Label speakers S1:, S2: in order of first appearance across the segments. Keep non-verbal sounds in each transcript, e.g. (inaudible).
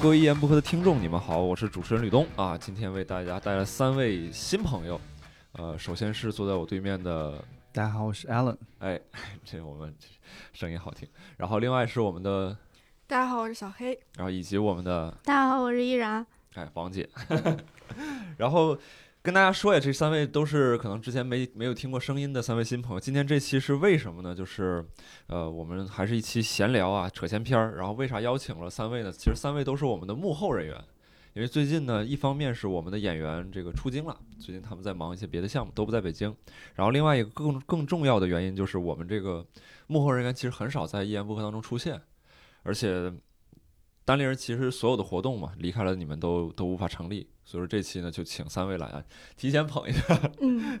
S1: 各位一言不合的听众，你们好，我是主持人吕东啊，今天为大家带来三位新朋友，呃，首先是坐在我对面的，
S2: 大家好，我是 Alan。
S1: 哎， (laughs) 这我们声音好听，然后另外是我们的，
S3: 大家好，我是小黑。
S1: 然后以及我们的，
S4: 大家好，我是依然。
S1: 哎，王姐， (laughs) 然后跟大家说呀，这三位都是可能之前没没有听过声音的三位新朋友。今天这期是为什么呢？就是呃，我们还是一期闲聊啊，扯闲篇儿。然后为啥邀请了三位呢？其实三位都是我们的幕后人员。因为最近呢，一方面是我们的演员这个出京了，最近他们在忙一些别的项目，都不在北京。然后另外一个更更重要的原因就是我们这个幕后人员其实很少在 E 一言不合当中出现，而且单立人其实所有的活动嘛，离开了你们都都无法成立，所以说这期呢就请三位来啊，提前捧一下，
S4: 嗯，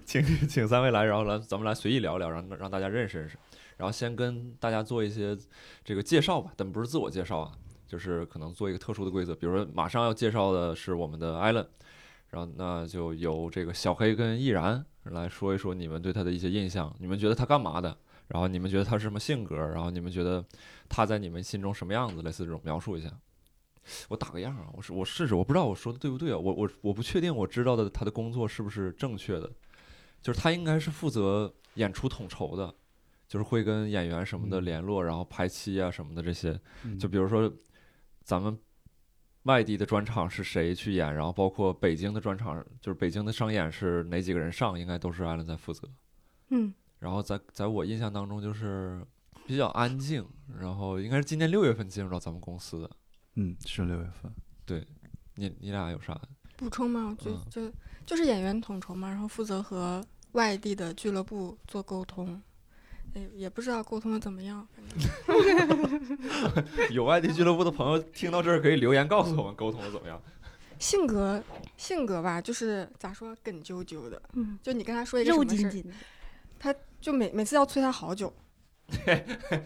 S1: (laughs) 请请三位来，然后来咱们来随意聊一聊，让让大家认识认识，然后先跟大家做一些这个介绍吧，但不是自我介绍啊，就是可能做一个特殊的规则，比如说马上要介绍的是我们的艾伦，然后那就由这个小黑跟易然来说一说你们对他的一些印象，你们觉得他干嘛的，然后你们觉得他是什么性格，然后你们觉得他在你们心中什么样子，类似这种描述一下。我打个样啊，我是我试试，我不知道我说的对不对啊，我我我不确定我知道的他的工作是不是正确的，就是他应该是负责演出统筹的，就是会跟演员什么的
S2: 嗯
S1: 联络，然后排期啊什么的这些，
S2: 嗯
S1: 就比如说咱们外地的专场是谁去演，然后包括北京的专场，就是北京的商演是哪几个人上，应该都是艾伦在负责。
S4: 嗯，
S1: 然后在在我印象当中就是比较安静，然后应该是今年六月份进入到咱们公司的。
S2: 嗯，是六月份。
S1: 你你俩有啥？
S3: 补充吗？我就
S1: 嗯
S3: 就就是演员统筹嘛，然后负责和外地的俱乐部做沟通。哎，也不知道沟通的怎么样，反正
S1: 有外地俱乐部的朋友听到这儿可以留言告诉我们沟通的怎么样。
S3: 性格性格吧，就是咋说梗啾啾的。
S4: 嗯，
S3: 就你跟他说一个什
S4: 肉
S3: 么事
S4: 紧
S3: 儿，
S4: 紧的。
S3: 就每每次要催他
S1: (laughs)
S3: 好久，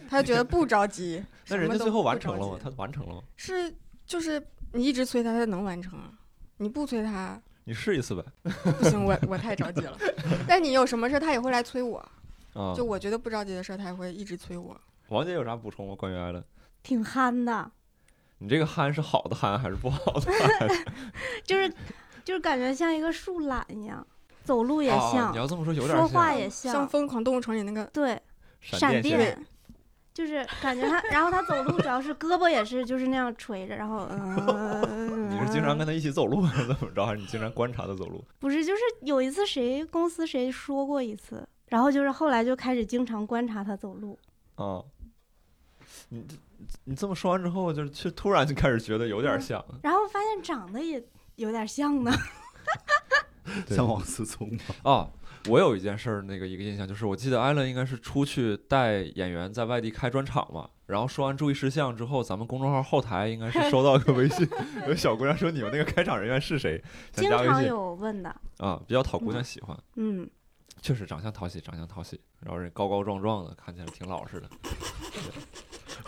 S3: 他就觉得不着急。
S1: 那
S3: 什
S1: 人
S3: 么
S1: 家
S3: 都
S1: 最后
S3: 不
S1: 完
S3: 着
S1: 成了吗？
S3: 急
S1: 他完成了吗？
S3: 是就是你一直催他，他能完成啊。你不催他
S1: 你试一次呗。
S3: 不行，我我太着急了。 (laughs) 但你有什么事儿，他也会来催我。
S1: 啊，
S3: 就我觉得不着急的事儿，他也会一直催我。
S1: 王姐有啥补充吗？关于艾伦，
S4: 挺憨的，
S1: 你这个憨是好的憨还是不好的憨？
S4: (laughs) 就是就是感觉像一个树懒一样，走路也
S1: 啊、
S4: 像，
S1: 你要这么说有点
S4: 说
S1: 像
S4: 话也
S3: 像《疯狂动物城》里那个
S4: 对，
S1: 闪
S4: 闪
S1: 电侠。
S4: 电，就是感觉他，然后他走路主要是胳膊也是就是那样垂着，然
S1: (laughs)
S4: 后
S3: 呃 (laughs)
S4: 嗯，
S1: 你是经常跟他一起走路还是怎么着？还是你经常观察他走路？
S4: 不是就是有一次谁公司谁说过一次，然后就是后来就开始经常观察他走路，
S1: 啊，你这你这么说完之后，就是却突然就开始觉得有点像，
S4: 然后发现长得也有
S1: (laughs)
S4: 点像呢，
S1: 对
S2: 像王思聪 (laughs) 吗？
S1: 啊，我有一件事儿，那个一个印象就是，我记得艾伦应该是出去带演员在外地开专场嘛，然后说完注意事项之后，咱们公众号后台应该是收到一个微信，有小姑娘说你们那个开场人员是谁，想
S4: 经
S1: 加
S4: 常
S1: 微信
S4: 有问的，
S1: 啊，比较讨姑娘喜欢，
S4: 嗯，
S1: 确实长相讨喜，长相讨喜，然后人高高壮壮的，看起来挺老
S4: (laughs)
S1: 实的，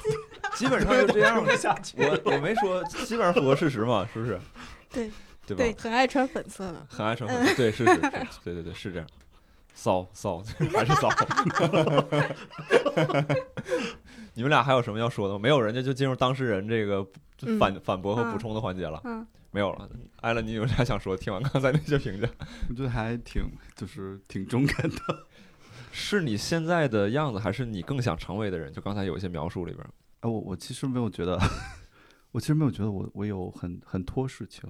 S1: 对基本上就这样了。
S2: 下去
S1: 我我没说，基本上符合事实嘛，是不是？
S3: 对
S1: 对吧？
S3: 对，很爱穿粉色的。
S1: 很爱穿粉色，对，是是是，对对对，是这样，骚骚 (laughs) 还是骚。你们俩还有什么要说的吗？没有，人家就进入当事人这个
S3: 嗯
S1: 反、反驳和
S4: 嗯
S1: 补充的环节了。
S4: 嗯
S1: 没有了。艾伦，你有啥想说？听完刚才那些评价，
S2: 我觉得还挺，就是挺中肯的。
S1: 是你现在的样子，还是你更想成为的人？就刚才有一些描述里边，
S2: 哎，我我其实没有觉得， (laughs) 我其实没有觉得我我有很很拖事 (laughs) 情。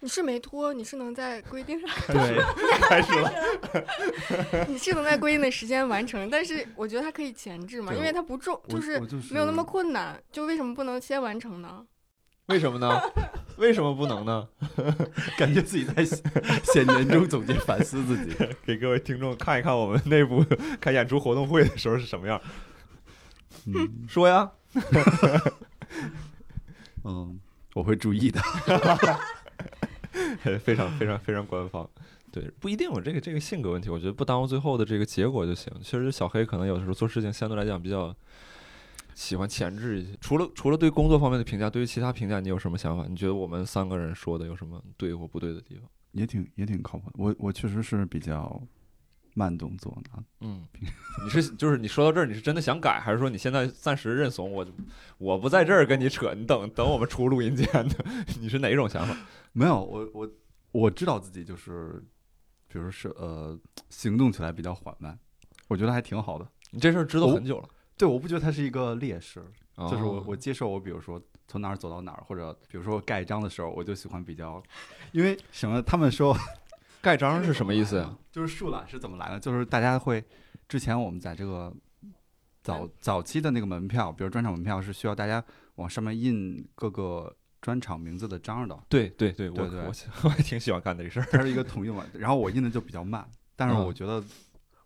S3: 你是没脱，你是能在规定上， (laughs)
S1: 对，开始了。
S3: 你是能在规定的时间完成，但是我觉得它可以前置嘛，
S2: 对
S3: 因为它不重，
S2: 我
S3: 就是
S2: 我就是
S3: 没有那么困难，就为什么不能先完成呢？
S1: 为什么呢？为什么不能呢？
S2: 感觉自己
S3: (laughs)
S2: 在写年终总结反思自己。
S1: 给各位听众看一看我们内部 (laughs) 开演出活动会的时候是什么样。
S2: 嗯
S1: 说呀，
S2: 嗯，我会注意的。 (laughs)
S1: (laughs) 非常非常非常官方。对，不一定，我这个这个性格问题，我觉得不耽误最后的这个结果就行。其实小黑可能有的时候做事情相对来讲比较喜欢前置一些。除了除了对工作方面的评价，对于其他评价你有什么想法？你觉得我们三个人说的有什么对或不对的地方？
S2: 也挺也挺靠谱的。我我确实是比较慢动作呢？
S1: (laughs) 嗯，你是就是你说到这儿，你是真的想改，还是说你现在暂时认怂？我就我不在这儿跟你扯，你等等我们出录音间的， (laughs) 你是哪一种想法？
S2: 没有，我我我知道自己就是，比如是呃，行动起来比较缓慢，我觉得还挺好的。
S1: 你这事儿知道很久了，
S2: 对，我不觉得它是一个劣势，
S1: 哦
S2: 就是我我接受我，比如说从哪儿走到哪儿，或者比如说我盖章的时候，我就喜欢比较，因为什么？他们说
S1: 盖章是什么意思呀？？
S2: (laughs) 就是树懒是怎么来的？就是大家会，之前我们在这个早早期的那个门票，比如专场门票是需要大家往上面印各个专场名字的章的，
S1: 对对对，
S2: 对
S1: 我
S2: 对
S1: 我 (laughs) 我还挺喜欢干这事儿。
S2: 它是一个统一的嘛。然后我印的就比较慢，但是
S1: 嗯
S2: 我觉得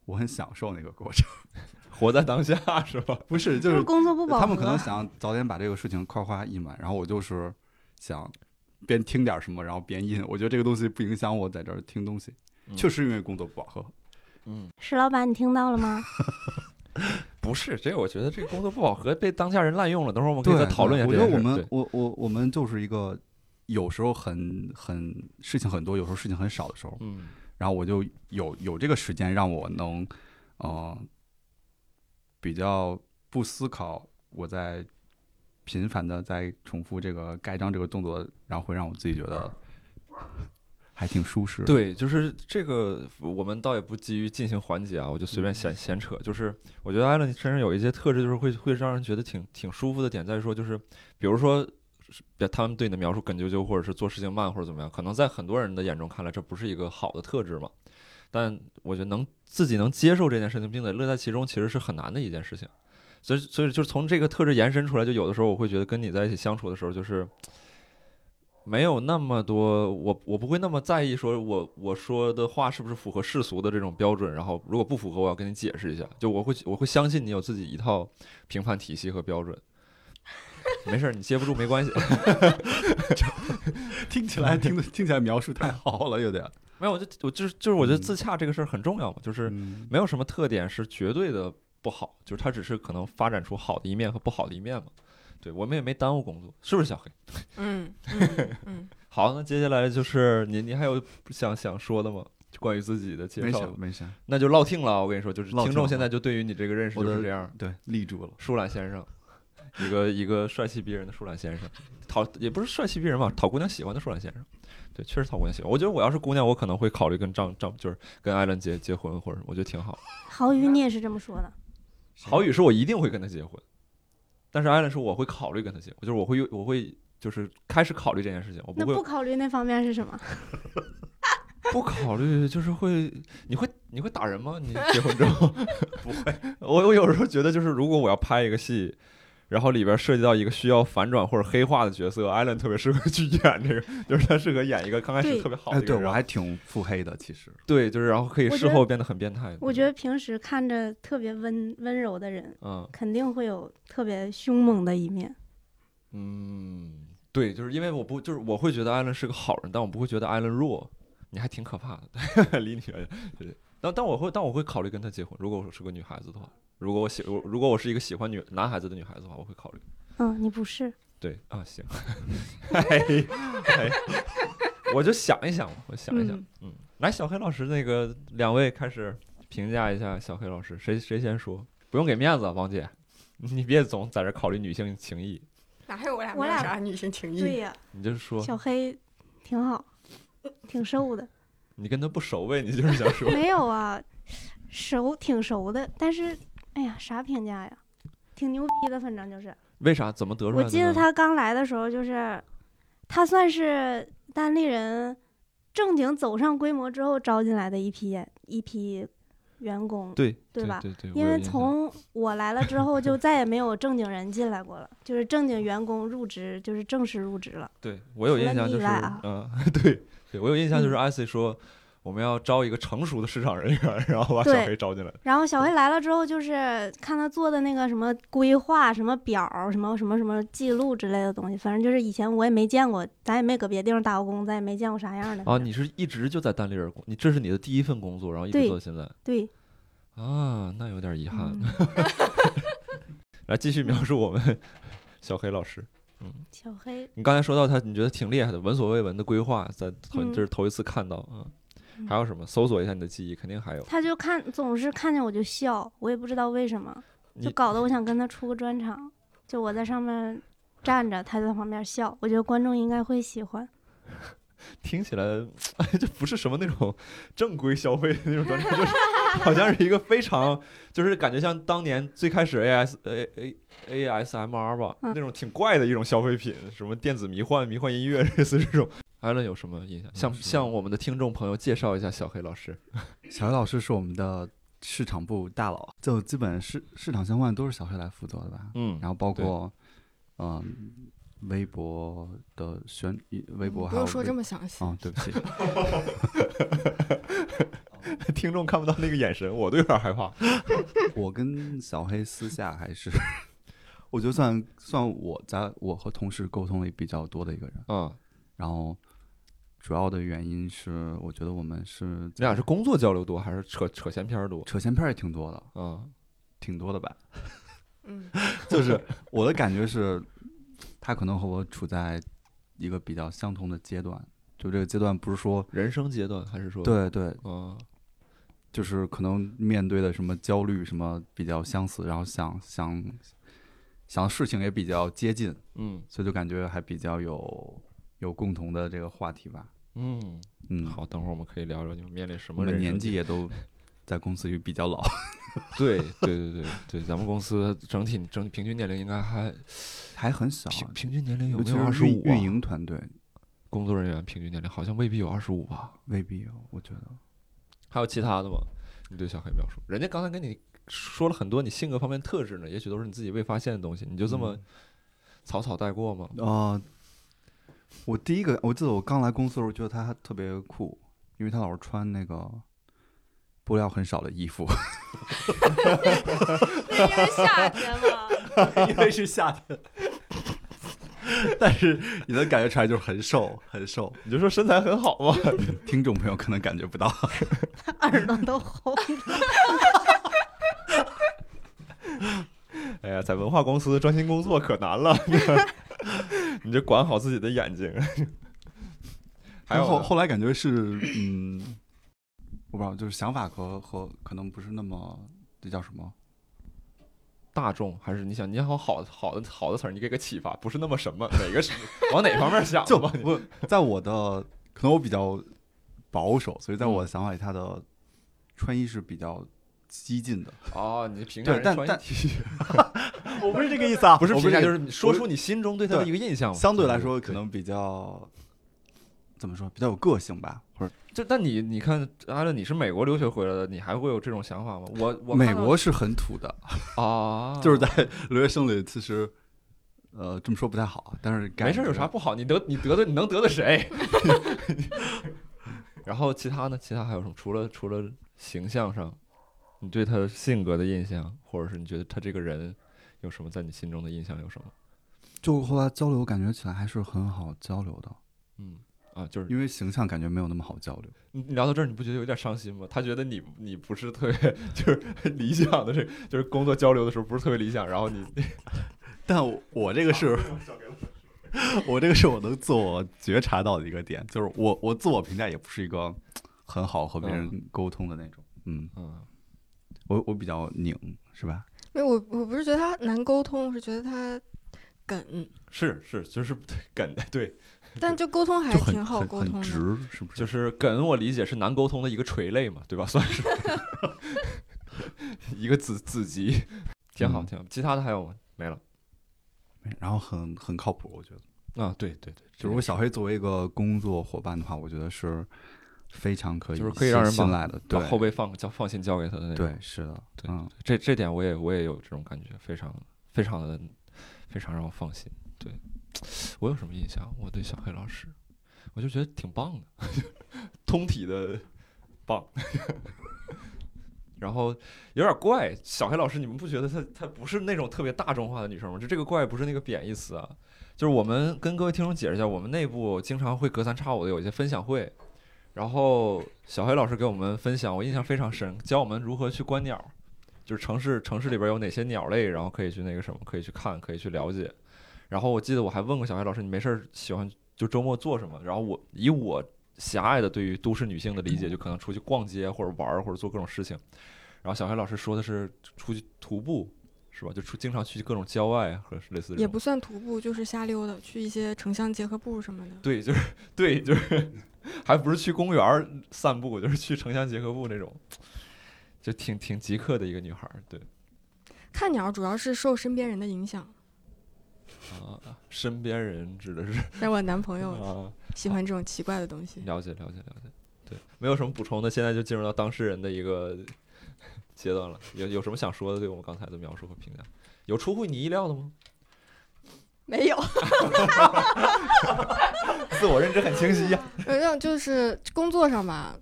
S2: 我很享受那个过程。 (laughs)
S1: 活在当下是吧？
S2: 不是，就
S4: 就是是工作不饱和。
S2: 他们可能想早点把这个事情夸夸印完，然后我就是想边听点什么，然后边印。我觉得这个东西不影响我在这儿听东西，
S1: 嗯
S2: 确实因为工作不饱和。
S1: (laughs) 嗯，
S4: 石老板，你听到了 (laughs) 吗？
S1: 不是，这个我觉得这个工作不饱和，被当下人滥用了。等会儿我们可
S2: 对，
S1: 以再讨论一下
S2: 我
S1: 这
S2: 觉
S1: 件
S2: 得
S1: 事。
S2: 我们
S1: 对，
S2: 我我我们就是一个有时候很很事情很多，有时候事情很少的时候，
S1: 嗯
S2: 然后我就有有这个时间让我能，呃，比较不思考我在频繁的在重复这个盖章这个动作，然后会让我自己觉得还挺舒适。，
S1: 对，就是这个，我们倒也不急于进行环节啊，我就随便闲闲扯。就是我觉得艾伦身上有一些特质，就是会会让人觉得挺挺舒服的点在于说，就是比如说。是他们对你的描述哏啾啾，或者是做事情慢，或者怎么样，可能在很多人的眼中看来，这不是一个好的特质嘛。但我觉得能自己能接受这件事情，并且乐在其中，其实是很难的一件事情。所以，所以就是从这个特质延伸出来，就有的时候我会觉得跟你在一起相处的时候，就是没有那么多，我我不会那么在意说我我说的话是不是符合世俗的这种标准，然后如果不符合，我要跟你解释一下，就我会我会相信你有自己一套评判体系和标准。 (laughs) 没事儿，你接不住没关系。 (laughs)
S2: 听起来听得听起来描述太好了，有点。
S1: 没有，我就我就是就是我觉得自洽这个事儿很重要嘛，就是
S2: 嗯，
S1: 没有什么特点是绝对的不好，就是它只是可能发展出好的一面和不好的一面嘛。对我们也没耽误工作，是不是小黑？
S3: (laughs) 嗯
S2: (laughs)
S3: 嗯嗯，
S1: 好，那接下来就是您，您还有想想说的吗？关于自己的介
S2: 没
S1: 绍
S2: 事，没事，
S1: 那就落听了啊。我跟你说，就是
S2: 落听
S1: 听众
S2: 了
S1: 现在就对于你这个认识
S2: 我
S1: 就
S2: 的
S1: 是这样。
S2: 对，立住了。
S1: 树懒先生，一个一个帅气逼人的树懒先生，讨也不是帅气逼人吧，讨姑娘喜欢的树懒先生。对，确实讨姑娘喜欢。我觉得我要是姑娘，我可能会考虑跟丈丈就是跟艾伦结结婚，或者我觉得挺好。
S4: 郝宇，你也是这么说的。
S1: 郝宇说我一定会跟他结婚，但是艾伦说我会考虑跟他结婚，就是我会我会就是开始考虑这件事情，我
S4: 那
S1: 不会
S4: 不考虑那方面是什 (laughs) 么？
S1: 不考虑，就是会，你会你会打人吗？你结婚之 (laughs) 后不会。我我有时候觉得，就是如果我要拍一个戏，然后里边涉及到一个需要反转或者黑化的角色，艾伦特别适合去演这个，就是他适合演一个刚开始
S3: 对
S1: 特别好的
S2: 哎，
S1: 一个
S2: 对
S1: 人，
S2: 我还挺腹黑的，其实。
S1: 对，就是然后可以
S4: 我觉
S1: 事
S4: 得
S1: 后变得很变态。
S4: 我觉得平时看着特别温温柔的人，
S1: 嗯
S4: 肯定会有特别凶猛的一面。
S1: 嗯，对，就是因为我不就是我会觉得艾伦是个好人，但我不会觉得艾伦弱，你还挺可怕的， (laughs) 离你远点。对，但但我会但我会考虑跟他结婚，如果我是个女孩子的话。如果我喜我如果我是一个喜欢女男孩子的女孩子的话，我会考虑。
S4: 嗯，你不是，
S1: 对啊，行， (laughs) 哎哎，我就想一想嘛，我想一想，嗯
S4: 嗯
S1: 来，小黑老师，那个两位开始评价一下小黑老师，谁谁先说？不用给面子啊，王姐，你别总在这考虑女性情谊，
S3: 哪还有我俩
S4: 我
S3: 没有
S4: 俩
S3: 啥女性情
S4: 对
S3: 谊？
S4: 呀、
S1: 你就说
S4: 小黑挺好，挺瘦的。
S1: 你跟他不熟呗，你就是想说，
S4: (laughs) 没有啊，熟挺熟的，但是哎呀，啥评价呀？挺牛逼的，反正就是。
S1: 为啥？怎么得出来
S4: 我
S1: 的呢？
S4: 记得他刚来的时候，就是他算是单立人正经走上规模之后招进来的一批演一批员工，
S1: 对
S4: 对吧
S1: 对对，我
S4: 因
S1: 有
S4: 为
S1: 印象
S4: 从我来了之后，就再也没有正经人进来过了，就是正经员工入职，就是正式入职了。
S1: 对我有
S4: 除
S1: 印
S4: 了
S1: 象
S4: 你
S1: 就是，
S4: 以外啊
S1: 嗯， (laughs) 对对，我有印象就是
S4: 嗯
S1: 艾 C 说。我们要招一个成熟的市场人员，然后把小
S4: 对
S1: 黑招进来。
S4: 然后小黑来了之后，就是看他做的那个什么规划、什么表、什么什么什么记录之类的东西，反正就是以前我也没见过，咱也没搁别地方打过工，咱也没见过啥样的。
S1: 啊，你是一直就在单立人工，你这是你的第一份工作，然后一直
S4: 对
S1: 做到现在
S4: 对，
S1: 啊，那有点遗憾。 (laughs)
S4: 嗯、
S1: 来继续描述我们 (laughs) 小黑老师，
S4: 小黑
S1: 你刚才说到他，你觉得挺厉害的，闻所未闻的规划，在头
S4: 嗯
S1: 这是头一次看到啊，还有什么？搜索一下你的记忆，肯定还有。
S4: 他就看总是看见我就笑，我也不知道为什么，
S1: 你
S4: 就搞得我想跟他出个专场，就我在上面站着，他在旁边笑，我觉得观众应该会喜欢。
S1: 听起来， (laughs) 哎，这不是什么那种正规消费的那种专场，就是 (laughs) 好像是一个非常，就是感觉像当年最开始 A S A A A S M R 吧，
S4: 嗯
S1: 那种挺怪的一种消费品，什么电子迷幻、迷幻音乐类似这种。 (laughs) 艾伦有什么印象？向
S2: 是
S1: 向我们的听众朋友介绍一下小黑老师。
S2: 小黑老师是我们的市场部大佬，就基本市市场相关都是小黑来负责的吧。
S1: 嗯
S2: 然后包
S1: 对
S2: 括嗯、微博的宣，微博
S3: 嗯
S2: 还
S3: 不
S2: 有
S3: 用说
S2: 微
S3: 这么详细。
S2: 哦，对不起，
S1: (laughs)
S2: (laughs)
S1: 听众看不到那个眼神，我都有点害怕。
S2: 我跟小黑私下还是， (laughs) 我觉得算算我在我和同事沟通里比较多的一个人。
S1: (laughs) 嗯，
S2: 然后主要的原因是，我觉得我们是
S1: 你俩是工作交流多，还是扯扯闲篇儿 (laughs) 多？
S2: 扯闲篇儿也挺多的，
S1: 嗯，
S2: 挺多的吧。 (laughs)
S3: 嗯，
S2: 就是我的感觉是，他可能和我处在一个比较相同的阶段。就这个阶段，不是说
S1: (laughs) 人生阶段还是说？，
S2: 对对，
S1: 嗯，
S2: 就是可能面对的什么焦虑什么比较相似，然后想想想的事情也比较接近，
S1: 嗯
S2: 所以就感觉还比较有有共同的这个话题吧。
S1: 嗯，
S2: 嗯，，
S1: 好，等会儿我们可以聊聊你们面临什
S2: 我
S1: 么
S2: 们
S1: 人生
S2: 年纪
S1: 阶
S2: 也都在公司里比较老，
S1: 对对对对对，咱们公司整体整体平均年龄应该还
S2: (laughs) 还很小，啊
S1: 平平均年龄有没
S2: 尤其
S1: 有
S2: 是
S1: 二十
S2: 运
S1: 五啊
S2: 运营团队
S1: 工作人员平均年龄好像未必有二十五吧？
S2: 未必有，我觉得。
S1: 还有其他的吗？你对小黑描述，人家刚才跟你说了很多你性格方面特质呢，也许都是你自己未发现的东西，你就这么草草带过吗？
S2: 啊，我第一个，我记得我刚来公司的时候，觉得他特别酷，因为他老是穿那个布料很少的衣服，
S4: 因为
S2: (laughs)
S4: 夏天嘛，
S2: 因为是夏天。但是你能感觉出来，就是很瘦，很瘦。
S1: (laughs) 你就说身材很好嘛，
S2: 听众朋友可能感觉不到，
S4: (laughs) 耳朵都
S1: (laughs)
S4: 红了。
S1: (laughs) 哎呀，在文化公司专心工作可难了， (laughs) 你就管好自己的眼睛。 (laughs) 还有
S2: 后
S1: 呢
S2: 后来感觉是，嗯，我不知道，就是想法和和可能不是那么，这叫什么？
S1: 大众还是你想你想好好的好的好的词儿，你给个启发，不是那么什么哪个是往哪方面想
S2: 就
S1: 吧？
S2: 啊我在我的可能我比较保守，所以在我的想法里，他的穿衣是比较激进的。
S1: 哦，你评价
S2: 对，
S1: 人
S2: 但
S1: 穿衣
S2: 但我不是这个意思啊，不
S1: 不
S2: 是
S1: 是
S2: 我不
S1: 评价，
S2: 这
S1: 就
S2: 个
S1: 是说出你心中对他的一个印象嘛。
S2: 相对来说可能比较怎么说比较有个性吧，或者
S1: 就但你你看，阿乐，你是美国留学回来的，你还会有这种想法吗？我我
S2: 美
S1: 看到
S2: 国是很土的，
S1: 啊，
S2: 就是在留学生里其实。呃，这么说不太好啊，但是感
S1: 没事儿有
S2: 觉
S1: 啥不好？你得你得罪你能得罪谁？ (laughs) 然后其他呢？其他还有什么？除了除了形象上，你对他性格的印象，或者是你觉得他这个人有什么在你心中的印象有什么？
S2: 就后来交流感觉起来还是很好交流的，
S1: 嗯啊，就是
S2: 因为形象感觉没有那么好交流。
S1: 你你聊到这儿，你不觉得有点伤心吗？他觉得你你不是特别就是理想的这，就是工作交流的时候不是特别理想，然后
S2: (laughs)
S1: 你
S2: 但我我这个是，我这个是我能自我觉察到的一个点，就是我我自我评价也不是一个很好和别人沟通的那种。嗯，
S1: 嗯
S2: 我我比较拧，是吧？
S3: 没有，我我不是觉得他难沟通，我是觉得他梗，
S1: 是是就是 (laughs) 梗对，
S3: 但就沟通还
S2: 就很
S3: 挺好
S2: 很
S3: 沟通
S2: 很
S3: 的。
S2: 直，是不是？
S1: 就是梗我理解是难沟通的一个垂类嘛，对吧？ (laughs) 算是一个子子集，挺好
S2: 嗯
S1: 挺好。其他的还有吗？没了
S2: 然后很很靠谱，我觉得。
S1: 啊？对对对，
S2: 就是我小黑作为一个工作伙伴的话，我觉得是非常可以
S1: 就是可以让人
S2: 信
S1: 把
S2: 信赖的。
S1: 把
S2: 对，
S1: 后背放交放心交给他的那种。
S2: 对是的，
S1: 对
S2: 嗯，
S1: 这这点我也我也有这种感觉，非常非常的非常让我放心。对我有什么印象？我对小黑老师，我就觉得挺棒的， (laughs) 通体的棒。 (laughs) 然后有点怪，小黑老师，你们不觉得她她不是那种特别大众化的女生吗？就这个怪不是那个贬义词啊，就是我们跟各位听众解释一下，我们内部经常会隔三差五的有一些分享会，然后小黑老师给我们分享，我印象非常深，教我们如何去观鸟，就是城市城市里边有哪些鸟类，然后可以去那个什么，可以去看，可以去了解。然后我记得我还问过小黑老师，你没事儿喜欢就周末做什么？然后我以我狭隘的对于都市女性的理解，就可能出去逛街或者玩儿或者做各种事情。然后小黑老师说的是出去徒步，是吧？就出经常去各种郊外和类似这种
S3: 也不算徒步，就是瞎溜达，去一些城乡结合部什么的。
S1: 对，就是对，就是还不是去公园儿散步，就是去城乡结合部那种，就挺挺极客的一个女孩儿。对
S3: 看鸟主要是受身边人的
S1: (laughs)
S3: 影响，
S1: 啊，身边人指的是
S3: 但我男朋友
S1: 啊，
S3: 喜欢这种奇怪的东西。
S1: 了解了解了解。对，没有什么补充的，现在就进入到当事人的一个阶段了。有有什么想说的？对我们刚才的描述和评价，有出乎你意料的吗？
S3: 没
S1: (laughs)
S3: 有，
S1: 自我认知很清晰呀、
S3: 没有，就是工作上吧，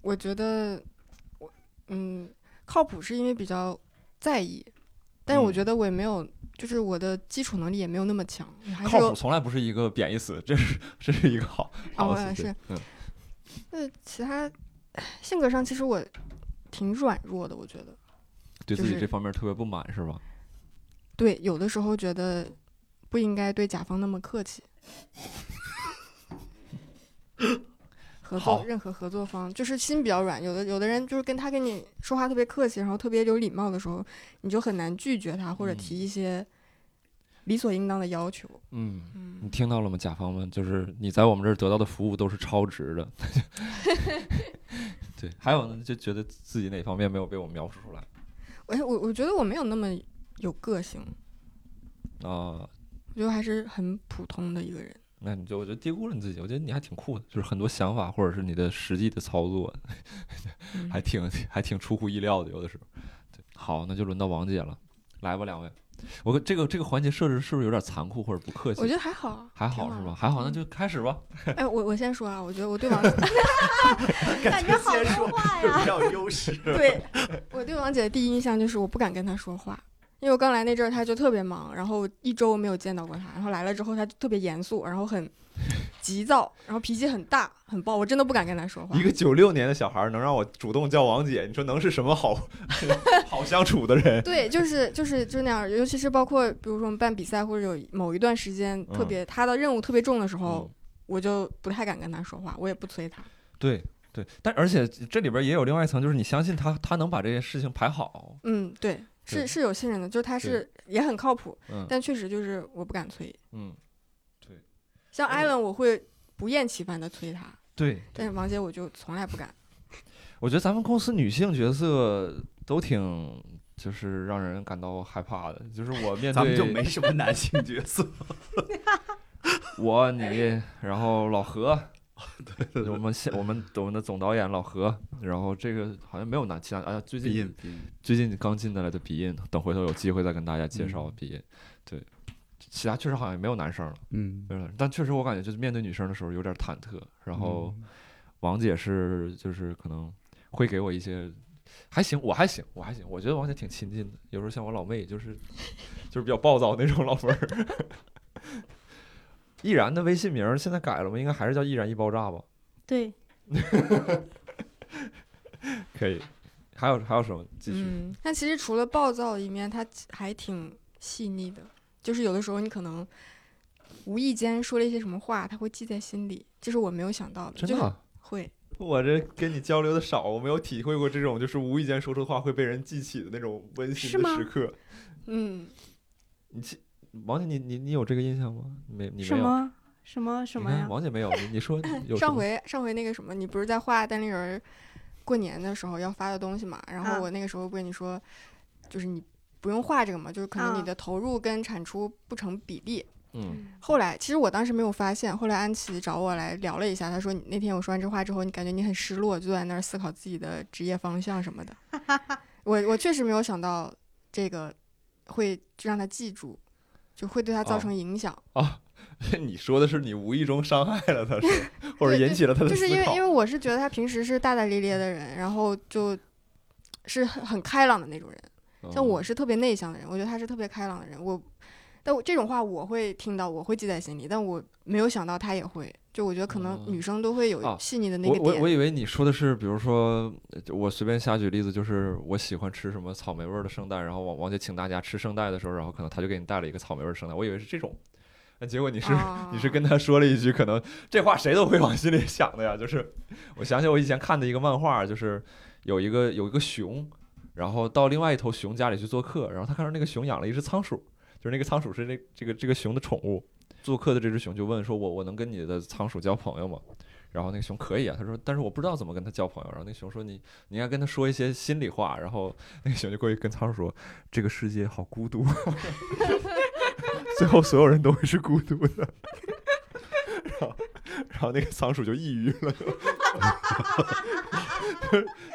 S3: 我觉得我嗯靠谱是因为比较在意，但是我
S1: 嗯
S3: 觉得我也没有，就是我的基础能力也没有那么强，我还是
S1: 靠
S3: 有
S1: 谱从来不是一个贬义词，这是这是一个好好
S3: 哦
S1: 词。对
S3: 是，
S1: 嗯
S3: 那呃其他性格上其实我挺软弱的，我觉得。
S1: 对
S3: 就
S1: 自己
S3: 是
S1: 这方面特别不满是吧？
S3: 对，有的时候觉得不应该对甲方那么客气。合
S1: 好
S3: 作任何合作方就是心比较软，有的有的人就是跟他跟你说话特别客气，然后特别有礼貌的时候，你就很难拒绝他或者
S1: 嗯
S3: 提一些理所应当的要求。
S1: 嗯。你
S3: 嗯，
S1: 听到了吗，甲方们？就是你在我们这儿得到的服务都是超值的。 (laughs) 对，还有呢，就觉得自己哪方面没有被我描述出来
S3: 哎，我我觉得我没有那么有个性，
S1: 啊、
S3: 我觉得还是很普通的一个人。
S1: 那你就我觉得低估了你自己。我觉得你还挺酷的，就是很多想法或者是你的实际的操作，
S3: 嗯
S1: 还挺还挺出乎意料的，有的时候。对，好，那就轮到王姐了，来吧，两位。我这个这个环节设置是不是有点残酷或者不客
S3: 我
S1: 气
S3: 觉？得还好啊，
S1: 还
S3: 挺
S1: 好是吧？？还好，那就开始吧。
S3: 哎，我我先说啊，我觉得我
S1: (laughs)
S3: 对王
S4: 感觉好多话呀。
S2: 要优势。
S3: (laughs) 对我对王姐的第一印象就是我不敢跟她说话，因为我刚来那阵儿她就特别忙，然后一周没有见到过她，然后来了之后她就特别严肃，然后很急躁，然后脾气很大很暴，我真的不敢跟她说话
S1: 一。个九六年的小孩儿能让我主动叫王姐，你说能是什么好 (laughs) 好相处的人？
S3: 对，就是就是就是那样，尤其是包括比如说我们办比赛或者有某一段时间特别、她的任务特别重的时候，
S1: 嗯
S3: 我就不太敢跟她说话，我也不催她。
S1: 对对，但而且这里边也有另外一层，就是你相信他，他能把这些事情排好。
S3: 嗯，对，
S1: 对
S3: 是是有信任的，就是她是也很靠谱，
S1: 嗯
S3: 但确实就是我不敢催。
S1: 嗯，
S3: 像艾伦，我会不厌其烦的催她。
S1: 对，
S3: 但是王姐我就从来不敢。
S1: 我觉得咱们公司女性角色都挺就是让人感到害怕的，就是我面对
S2: (laughs) (laughs) 咱们就没什么男性角 (laughs) 色， (laughs)
S1: 我你，然后老何。我们现我们我们的总导演老何，然后这个好像没有拿其他啊，最近
S2: 鼻音。
S1: 最近刚进的来的鼻音，等回头有机会再跟大家介绍鼻音。对，其他确实好像也没有男生了，
S2: 嗯，
S1: 没有男生但确实我感觉就是面对女生的时候有点忐忑。然后
S2: 嗯
S1: 王姐是就是可能会给我一些，还行，我还行，我还行，我觉得王姐挺亲近的。有时候像我老妹，就是就是比较暴躁那种老妹儿。 (laughs) 易然的微信名儿现在改了吗？应该还是叫易然一爆炸吧？
S4: 对，
S1: 可以。还有还有什么？继续。
S3: 嗯，但其实除了暴躁一面，她还挺细腻的，就是有的时候你可能无意间说了一些什么话，她会记在心里，这是我没有想到的，
S1: 真
S3: 就
S1: 的
S3: 是
S1: 啊、
S3: 会。
S1: (laughs) 我这跟你交流的少，我没有体会过这种就是无意间说出话会被人记起的那种温
S4: 馨是的吗时
S1: 刻。
S3: 嗯，
S1: 你记，王姐，你你你有这个印象吗？没，你没有。
S4: 什么什么什
S1: 你
S4: 么
S1: 看
S4: 呀？
S1: 王姐没有，你你
S3: (laughs)
S1: 说有什
S3: 上
S1: 么
S3: 回上回那个什么，你不是在画单立人儿过年的时候要发的东西嘛？然
S4: 啊
S3: 后我那个时候不跟你说，就是你不用画这个嘛，就是可能
S4: 啊
S3: 你的投入跟产出不成比例。
S1: 嗯
S3: 后来，其实我当时没有发现，后来安琪找我来聊了一下，她说你那天我说完这话之后，你感觉你很失落，就在那儿思考自己的职业方向什么的。我我确实没有想到这个会就让她记住，就会对她
S1: 哦
S3: 造成影响。
S1: 啊？ (laughs) 你说的是你无意中伤害了他是
S3: (laughs)
S1: 吧，或者
S3: 嗯对对
S1: 引起了他的
S3: 就
S1: 思
S3: 是因为
S1: 考
S3: 因为我是觉得她平时是大大咧咧的人，然后就是很很开朗的那种人。像我
S1: 嗯
S3: 是特别内向的人，我觉得他是特别开朗的人。我，但我这种话我会听到，我会记在心里，但我没有想到他也会。就我觉得可能女生都会
S1: 啊
S3: 有细腻的那
S1: 我
S3: 个
S1: 我
S3: 点。
S1: 我以为你说的是，比如说，呃我随便瞎举例子，就是我喜欢吃什么草莓味儿的圣代，然后王王姐请大家吃圣代的时候，然后可能她就给你带了一个草莓味儿圣代，我以为是这种，那结果你是
S3: 啊
S1: 你是跟他说了一句，可能这话谁都会往心里想的呀。就是 (laughs) 我想起我以前看的一个漫画，就是有一个有一个熊，然后到另外一头熊家里去做客，然后他看到那个熊养了一只仓鼠，就是那个仓鼠是那这个这个熊的宠物。做客的这只熊就问说我：“我能跟你的仓鼠交朋友吗？”然后那个熊可以啊，他说：“但是我不知道怎么跟他交朋友。”然后那熊说：“你你应该跟他说一些心里话。”然后那个熊就过去跟仓鼠说：“这个世界好孤独。” (laughs) 最后所有人都会是孤独的。然后，然后那个仓鼠就抑郁了。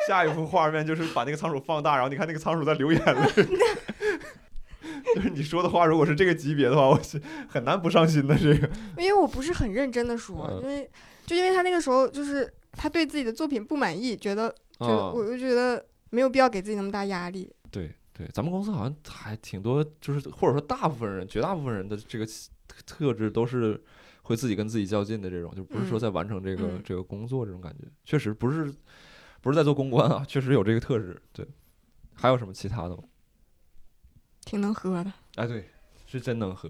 S1: 下一幅画面就是把那个仓鼠放大，然后你看那个仓鼠在流眼泪。 (laughs) 就是你说的话，如果是这个级别的话，我是很难不上心的。这个
S3: 因为我不是很认真的说，
S1: 嗯
S3: 因为就因为他那个时候就是他对自己的作品不满意，觉得觉
S1: 哦
S3: 得我 (laughs) 就觉得没有必要给自己那么大压力。
S1: 嗯对对，咱们公司好像还挺多，就是或者说大部分人、绝大部分人的这个特质都是会自己跟自己较劲的这种，就不是说
S3: 嗯
S1: 在完成这个、
S3: 嗯
S1: 这个工作这种感觉，确实不是不是在做公关啊，确实有这个特质。对，还有什么其他的吗？
S3: 挺能喝的，
S1: 哎，对，是真能喝，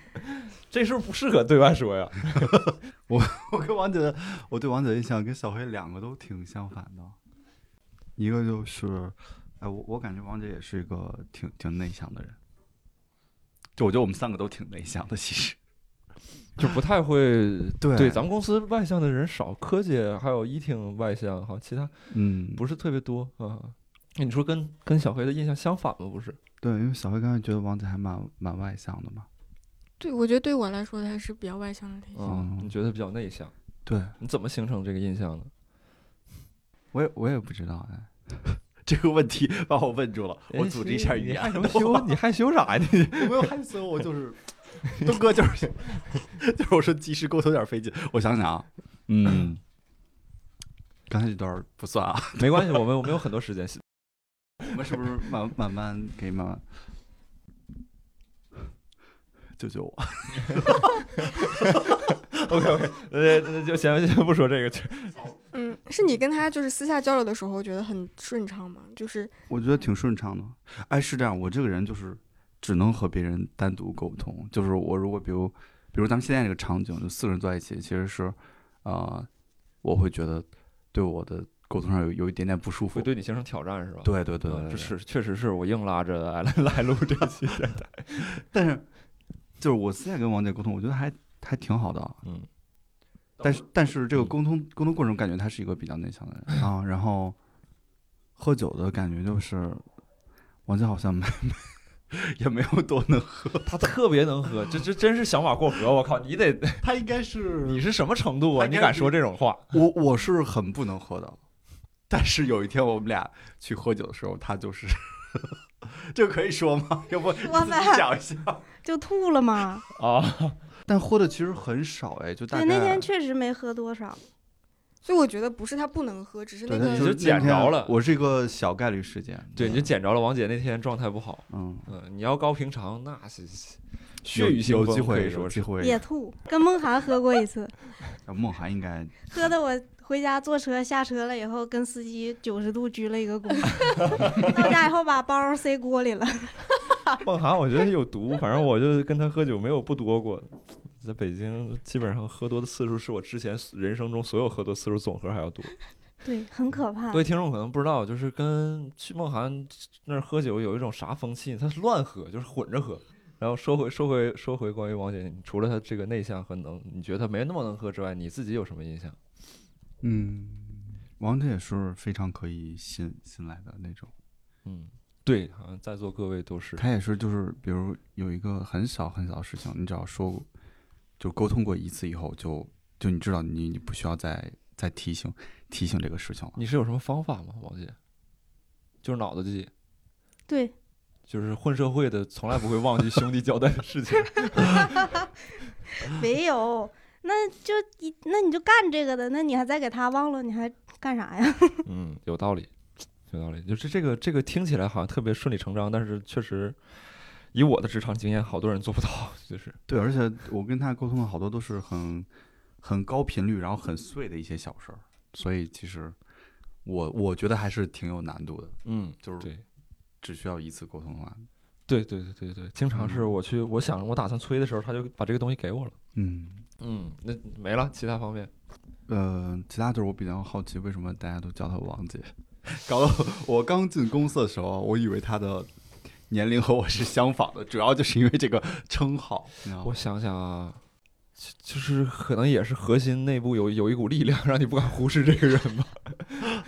S1: (laughs) 这是不是不适合对外说呀？
S2: (laughs) 我跟王姐，我对王姐的印象跟小黑两个都挺相反的，一个就是，哎，我我感觉王姐也是一个挺挺内向的人，就我觉得我们三个都挺内向的，其实。
S1: 就不太会
S2: (laughs) 对
S1: 对，咱们公司外向的人少，柯姐还有依挺外向，好像其他
S2: 嗯，
S1: 不是特别多啊。你说跟跟小黑的印象相反吗？不是，
S2: 对，因为小黑刚才觉得王姐还蛮蛮外向的嘛。
S3: 对我觉得对我来说还是比较外向的类型。
S1: 嗯，你觉得比较内向，
S2: 对，
S1: 你怎么形成这个印象的？
S2: 我也我也不知道哎， (laughs) 这个问题把我问住了，我组织一下
S1: 哎你
S2: 语言
S1: 害什
S2: 的
S1: 么
S2: 话。 (laughs)
S1: 羞？你害羞啥呀？你
S2: 我没有害羞，我就是 (laughs) 东哥，就是 (laughs) 就是我说及时沟通有点费劲。我想想啊，嗯，刚才这段儿不算啊，
S1: (laughs) 没关系，我们我们有很多
S2: (laughs)
S1: 时间。
S2: 我们是不是慢慢慢可以慢 (laughs) 慢救救我？
S1: OK OK，呃， (laughs) 那就先先不说这个，就
S3: 嗯，是你跟他就是私下交流的时候觉得很顺畅吗？就是
S2: 我觉得挺顺畅的。哎，是这样，我这个人就是只能和别人单独沟通，就是我如果比如比如咱们现在这个场景，就四个人坐在一起，其实是呃，我会觉得对我的沟通上有有一点点不舒服
S1: 会。对你形成挑战是吧？
S2: 对对对
S1: 嗯
S2: 对，
S1: 这是确实是我硬拉着来 (laughs) 来录这期的。
S2: 但是就是我私下跟王姐沟通，我觉得还还挺好的。
S1: 嗯，
S2: 但是但是这个
S1: 嗯
S2: 沟通沟通过程中，感觉他是一个比较内向
S1: (clears throat)
S2: 的人啊。然后喝酒的感觉就是，王姐好像没也没 (laughs) 有多能喝，
S1: 他特别能喝，这这真是想法过河。我靠，你得
S2: (laughs) 他应该是
S1: 你是什么程度啊？
S2: 他
S1: 你
S2: 该
S1: 敢
S2: 是
S1: 说这种话？
S2: 我我是很不能喝的，但是有一天我们俩去喝酒的时候，他就是 (laughs) 这个可以说吗？ (laughs) 要不你
S4: 说
S2: 自己
S4: 吧
S2: 讲一下？
S4: 就吐了嘛。
S1: 啊，
S2: 但喝的其实很少哎，就大
S4: 对，
S2: 概
S4: 那天确实没喝
S1: (laughs)
S4: 多少，
S3: 所以我觉得不是他不能喝，只是那
S2: 对，但
S1: 你
S3: 个
S1: 就
S2: 就是
S1: 捡
S2: 那天
S1: 着了
S2: 我是一个小概率事件，
S1: (laughs) 对，你就捡着了。王姐那天状态不好，
S2: 嗯，
S1: 嗯，你要高平常那是
S2: 有
S1: 血雨腥
S2: 有
S1: 风
S2: 机
S1: 可
S2: 会，
S1: 以说
S2: 有机
S1: 是。
S2: 会。
S4: 也吐。跟梦涵喝过
S1: (laughs)
S4: 一次，
S2: 梦涵应该
S4: 喝的我回家坐车下车了以后，跟司机九十度鞠了一个躬。
S1: (laughs)
S4: 到家以后把包塞锅里了， (laughs)
S1: 梦涵，我觉得有毒，反正我就跟他喝酒没有不多过的。在北京，基本上喝多的次数是我之前人生中所有喝多次数总和还要多。
S4: 对，很可怕
S1: 各。位听众可能不知道，就是跟去梦涵那儿喝酒有一种啥风气，他是乱喝，就是混着喝。然后说回说回说回关于王姐，你除了她这个内向和能，你觉得她没那么能喝之外，你自己有什么印象？
S2: 嗯，王姐也是非常可以信信赖的那种。
S1: 嗯，对，好像在座各位都是。
S2: 她也是就是，比如有一个很小很小的事情，你只要说就沟通过一次以后就，就你知道你你不需要再再提醒提醒这个事情了。
S1: 你是有什么方法吗，王姐？就是脑子记，
S4: 对，
S1: 就是混社会的，从来不会忘记兄弟交代的事情。
S4: (laughs) 没有，那就一那你就干这个的，那你还再给他忘了，你还干啥呀？ (laughs)
S1: 嗯，有道理，有道理。就是这个这个听起来好像特别顺理成章，但是确实，以我的职场经验，好多人做不到。就是
S2: 对，而且我跟她沟通的好多都是很很高频率，然后很碎的一些小事儿，所以其实我我觉得还是挺有难度的，
S1: 嗯，
S2: 就是
S1: 对，
S2: 只需要一次沟通完。
S1: 对对对对对，经常是我去，我想我打算催的时候，他就把这个东西给我了。
S2: 嗯，
S1: 嗯，那没了，其他方面
S2: 呃，其他就是我比较好奇，为什么大家都叫她王姐？搞得我刚进公司的时候，我以为她的年龄和我是相仿的，主要就是因为这个称号。你知道吗
S1: 我想想啊，其就是可能也是核心内部有有一股力量，让你不敢忽视这个人吧。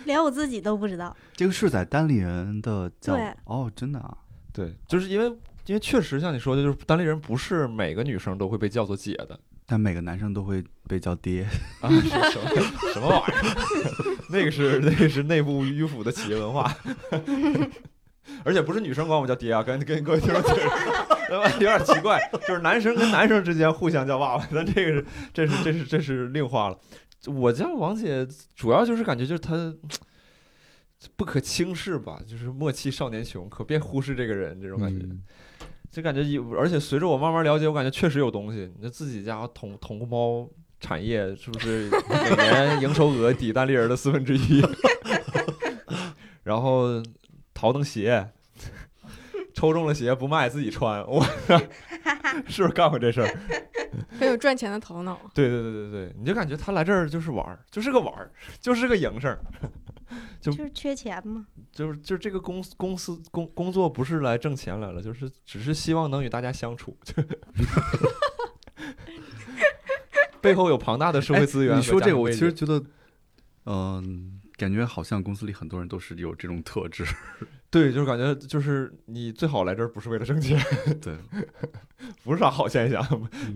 S4: 连我自己都不知道。
S2: 这个是在单立人的叫
S4: 对
S2: 哦，真的啊，
S1: 对， (laughs) 就是因为因为确实像你说的，就是单立人不是每个女生都会被叫做姐的
S2: 但每个男生都会被叫爹。
S1: (laughs) 啊，是什么什么玩意儿？ (laughs) 那个是那个是内部迂腐的企业文化， (laughs) 而且不是女生管我们叫爹啊，跟跟各位听众解释。 (laughs) 有点奇怪，就是男生跟男生之间互相叫爸爸，但这个是这是这是这是另话了。我叫王姐，主要就是感觉就是她不可轻视吧，就是莫欺少年穷，可别忽视这个人这种感觉。
S2: 嗯
S1: 就感觉有，而且随着我慢慢了解，我感觉确实有东西。你这自己家统统猫产业是不是每年营收额抵单立人的四分之一？ (laughs) 然后淘灯鞋，抽中了鞋不卖自己穿，我是不是干过这事儿？
S3: 很有赚钱的头脑。
S1: 对对对对对，你就感觉他来这儿就是玩儿，就是个玩儿，就是个营生儿。就
S4: 就是缺钱嘛，
S1: 就是就是这个公司公司工工作不是来挣钱来了，就是只是希望能与大家相处。 (laughs) 背后有庞大的社会资源、
S2: 哎你说这个，我其实觉得，嗯、感觉好像公司里很多人都是有这种特质。
S1: 对，就是感觉就是你最好来这儿不是为了挣钱，
S2: 对，
S1: 不是啥好现象，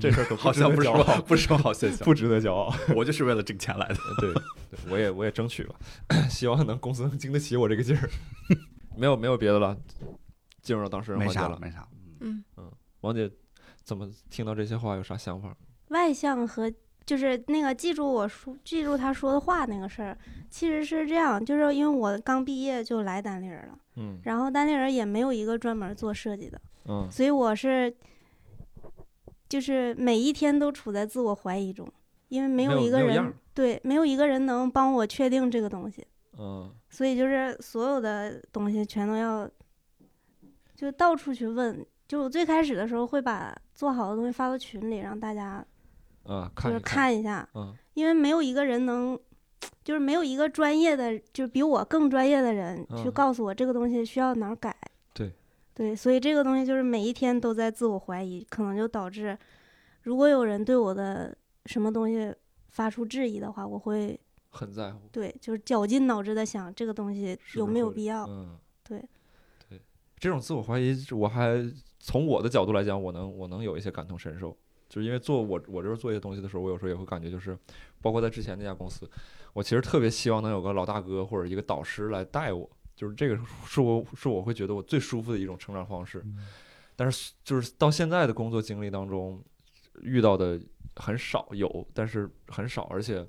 S1: 这 (laughs) 事儿可
S2: 好像不
S1: 嗯不值
S2: 是
S1: 得骄
S2: 什
S1: 傲
S2: 么不是什么好现象。
S1: 不值得骄傲。
S2: 我就是为了挣钱来的。
S1: 对，对我也我也争取吧， (coughs) 希望能公司能经得起我这个劲儿。 (laughs) 没有没有别的了，进入到当事人
S2: 没
S1: 环节
S2: 啥了，
S1: 了。
S2: 没啥了。
S3: 嗯，
S1: 王姐怎么听到这些话有啥想法？
S4: 外向和就是那个记住我说记住他说的话那个事儿，其实是这样，就是因为我刚毕业就来单立人了，
S1: 嗯
S4: 然后单立人也没有一个专门做设计的，
S1: 嗯
S4: 所以我是就是每一天都处在自我怀疑中，因为没
S1: 没有
S4: 一个
S1: 没有样儿
S4: 人对没有一个人能帮我确定这个东西，
S1: 嗯，
S4: 所以就是所有的东西全都要就到处去问。就我最开始的时候会把做好的东西发到群里，让大家
S1: 啊，
S4: 就
S1: 看
S4: 是
S1: 一看，
S4: 看一下，
S1: 嗯
S4: 因为没有一个人能，就是没有一个专业的，就是比我更专业的人去
S1: 嗯
S4: 告诉我这个东西需要哪儿改。
S1: 对，
S4: 对，所以这个东西就是每一天都在自我怀疑，可能就导致，如果有人对我的什么东西发出质疑的话，我会
S1: 很在乎。
S4: 对，就是绞尽脑汁的想这个东西
S1: 是
S4: 有
S1: 不是
S4: 没有
S1: 会
S4: 必要。
S1: 嗯，
S4: 对
S1: 对，这种自我怀疑，我还从我的角度来讲，我能我能有一些感同身受，就是因为做我我这儿做一些东西的时候，我有时候也会感觉就是，包括在之前那家公司，我其实特别希望能有个老大哥或者一个导师来带我，就是这个是我是我会觉得我最舒服的一种成长方式。
S2: 嗯
S1: 但是就是到现在的工作经历当中，遇到的很少有，但是很少，而且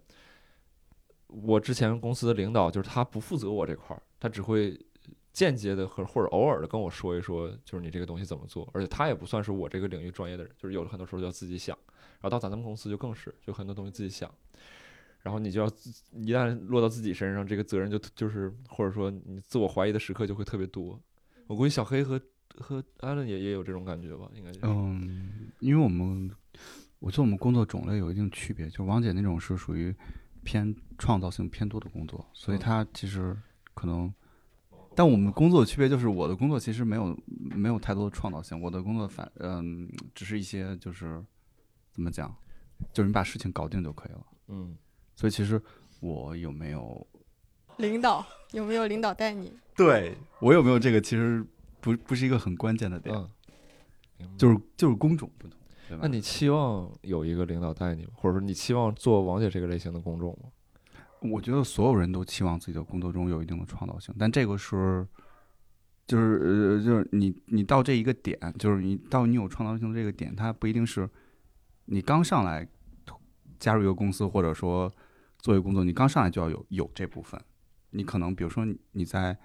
S1: 我之前公司的领导就是他不负责我这块儿，他只会间接的和或者偶尔的跟我说一说，就是你这个东西怎么做，而且他也不算是我这个领域专业的人，就是有的很多时候要自己想，然后到咱们公司就更是，就很多东西自己想。然后你就要自一旦落到自己身上，这个责任就就是或者说你自我怀疑的时刻就会特别多。我估计小黑和和艾伦也也有这种感觉吧，应该、就是。
S2: 嗯，因为我们，我觉得我们工作种类有一定区别，就王姐那种是属于偏创造性偏多的工作，所
S1: 嗯
S2: 以她其实可能，但我们工作的区别就是我的工作其实没有没有太多的创造性，我的工作反嗯只是一些就是怎么讲，就是你把事情搞定就可以了。
S1: 嗯，
S2: 所以其实我有没有
S3: 领导有没有领导带你？
S2: 对我有没有这个其实不不是一个很关键的点，
S1: 嗯，明白
S2: 就是就是工种不同，对吧
S1: 那？你期望有一个领导带你吗？或者说你期望做王姐这个类型的工种吗？
S2: 我觉得所有人都期望自己的工作中有一定的创造性，但这个是，就是呃，就是你你到这一个点，就是你到你有创造性的这个点，它不一定是你刚上来加入一个公司，或者说做一个工作，你刚上来就要有有这部分。你可能比如说你你在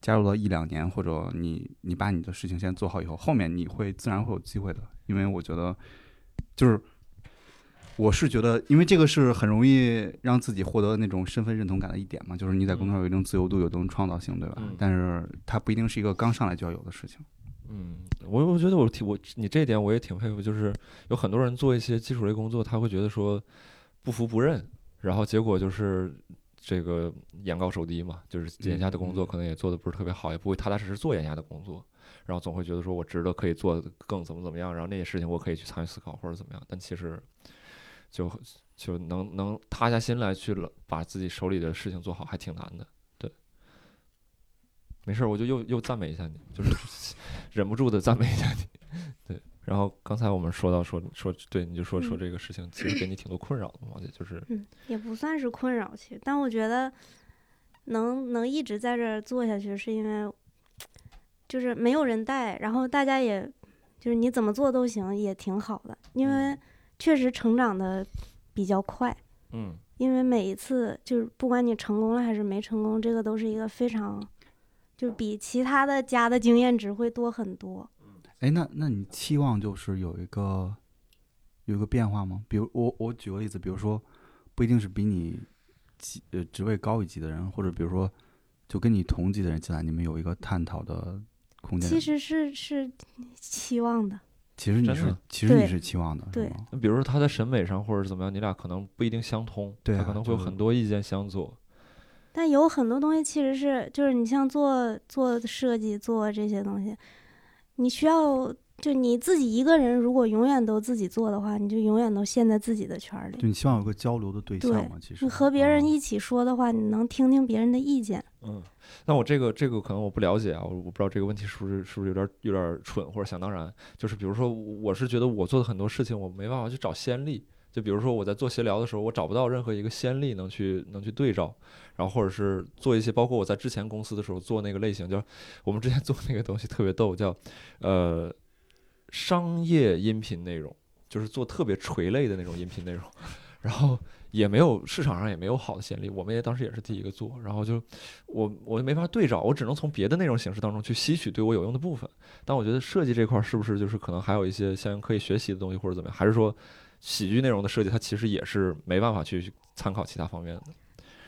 S2: 加入了一两年，或者你你把你的事情先做好以后，后面你会自然会有机会的，因为我觉得就是我是觉得，因为这个是很容易让自己获得那种身份认同感的一点嘛，就是你在工作上有一定自由度，有一定创造性，对吧？
S1: 嗯
S2: 但是它不一定是一个刚上来就要有的事情。
S1: 嗯，我我觉得我挺我你这一点我也挺佩服，就是有很多人做一些基础类工作，他会觉得说不服不认，然后结果就是这个眼高手低嘛，就是眼下的工作
S2: 嗯嗯
S1: 可能也做的不是特别好，也不会踏踏实实做眼下的工作，然后总会觉得说我值得可以做得更怎么怎么样，然后那些事情我可以去参与思考或者怎么样，但其实就就能能塌下心来去了把自己手里的事情做好，还挺难的。对，没事儿，我就又又赞美一下你，就是 (laughs) 忍不住的赞美一下你。对，然后刚才我们说到说说，对，你就说说
S4: 嗯
S1: 这个事情，其实给你挺多困扰的嘛，也就是
S4: 嗯，也不算是困扰其实，但我觉得能能一直在这儿做下去，是因为就是没有人带，然后大家也就是你怎么做都行，也挺好的，因为
S1: 嗯
S4: 确实成长的比较快。
S1: 嗯
S4: 因为每一次就是不管你成功了还是没成功，这个都是一个非常，就比其他的家的经验值会多很多。
S2: 哎，那那你期望就是有一个有一个变化吗？比如我我举个例子，比如说不一定是比你级呃职位高一级的人，或者比如说就跟你同级的人进来，你们有一个探讨的空间。
S4: 其实是是期望的，
S2: 其实你
S1: 真
S2: 是
S1: 的
S2: 其实你
S4: 对
S2: 是期望的，是
S4: 对
S2: 吗
S1: 那比如说他在审美上或者是怎么样，你俩可能不一定相通，
S2: 对
S1: 他
S2: 啊
S1: 可能会有
S2: 就
S1: 很多意见相左。
S4: 但有很多东西其实是就是你像做做设计做这些东西，你需要就你自己一个人如果永远都自己做的话，你就永远都陷在自己的圈儿
S2: 就
S4: 里。
S2: 你希望有个交流的对
S4: 对
S2: 象嘛？其实
S4: 你和别人
S2: 哦
S4: 一起说的话，你能听听别人的意见。
S1: 嗯，那我这个这个可能我不了解啊，我我不知道这个问题是不是是不是有点有点蠢或者想当然。就是比如说，我是觉得我做的很多事情，我没办法去找先例。就比如说我在做协聊的时候，我找不到任何一个先例能去能去对照，然后或者是做一些，包括我在之前公司的时候做那个类型，叫我们之前做那个东西特别逗，叫呃商业音频内容，就是做特别垂类的那种音频内容， (laughs) 然后也没有市场上也没有好的先例，我们也当时也是第一个做，然后就我我就没法对照，我只能从别的内容形式当中去吸取对我有用的部分。但我觉得设计这块儿是不是就是可能还有一些相应可以学习的东西，或者怎么样？还是说喜剧内容的设计它其实也是没办法去参考其他方面的？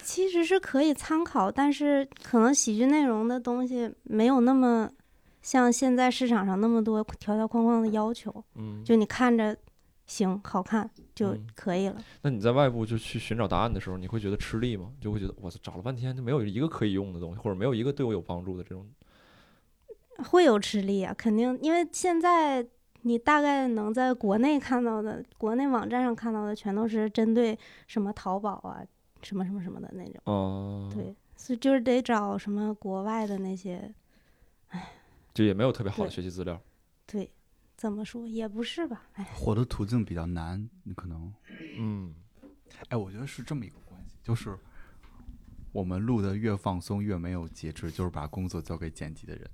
S4: 其实是可以参考，但是可能喜剧内容的东西没有那么像现在市场上那么多条条框框的要求，
S1: 嗯，
S4: 就你看着行好看就
S1: 嗯
S4: 可以了。
S1: 那你在外部就去寻找答案的时候，你会觉得吃力吗？就会觉得我操找了半天就没有一个可以用的东西，或者没有一个对我有帮助的这种。
S4: 会有吃力啊，肯定，因为现在你大概能在国内看到的，国内网站上看到的，全都是针对什么淘宝啊、什么什么什么的那种。
S1: 哦、，
S4: 对，所以就是得找什么国外的那些，
S1: 就也没有特别好的
S4: 对
S1: 学习资料。
S4: 对，怎么说也不是吧，哎，
S2: 活的途径比较难，你可能
S1: 嗯
S2: 哎，我觉得是这么一个关系，就是我们录的越放松越没有节制，就是把工作交给剪辑的人。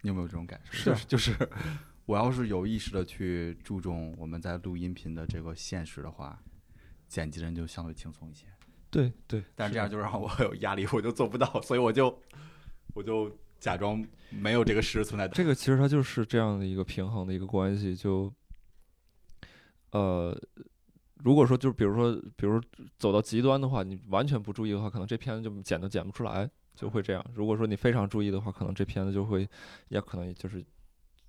S2: 你有没有这种感受？
S1: 是
S2: 就
S1: 啊
S2: 是就是，我要是有意识的去注重我们在录音频的这个现实的话，剪辑人就相对轻松一些。
S1: 对对，
S2: 但是这
S1: 的
S2: 样就让我有压力，我就做不到，所以我就我就假装没有这个事实存在的。
S1: 这个其实它就是这样的一个平衡的一个关系，就，呃，如果说就比如说，比如走到极端的话，你完全不注意的话，可能这片子就剪都剪不出来，就会这样。如果说你非常注意的话，可能这片子就会，也可能就是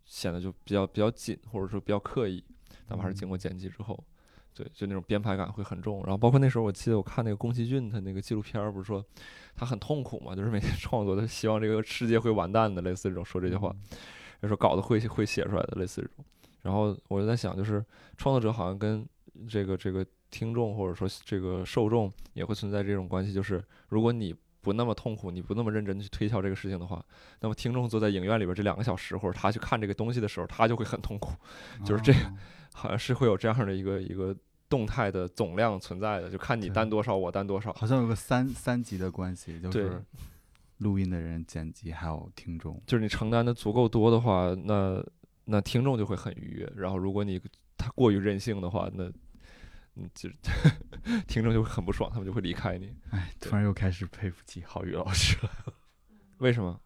S1: 显得就比较比较紧，或者说比较刻意，哪怕是经过剪辑之后。对，就那种编排感会很重，然后包括那时候我记得我看那个宫崎骏他那个纪录片，儿，不是说他很痛苦嘛，就是每天创作，他希望这个世界会完蛋的，类似这种说这句话。就说稿子会会写出来的，类似这种。然后我就在想，就是创作者好像跟这个这个听众或者说这个受众也会存在这种关系，就是如果你不那么痛苦，你不那么认真地去推敲这个事情的话，那么听众坐在影院里边这两个小时，或者他去看这个东西的时候，他就会很痛苦。 (laughs)
S2: 哦
S1: 就是这
S2: 样，
S1: 好像是会有这样的一个一个动态的总量存在的，就看你
S2: 对
S1: 担多少，我担多少。
S2: 好像有个三三级的关系，就
S1: 对
S2: 是录音的人、剪辑还有听众。
S1: 就是你承担的足够多的话，那那听众就会很愉悦。然后如果你他过于任性的话，那嗯，就 (laughs) 听众就会很不爽，他们就会离开你。
S2: 哎，
S1: 对
S2: 突然又开始佩服起郝宇老师了。
S1: 为什么？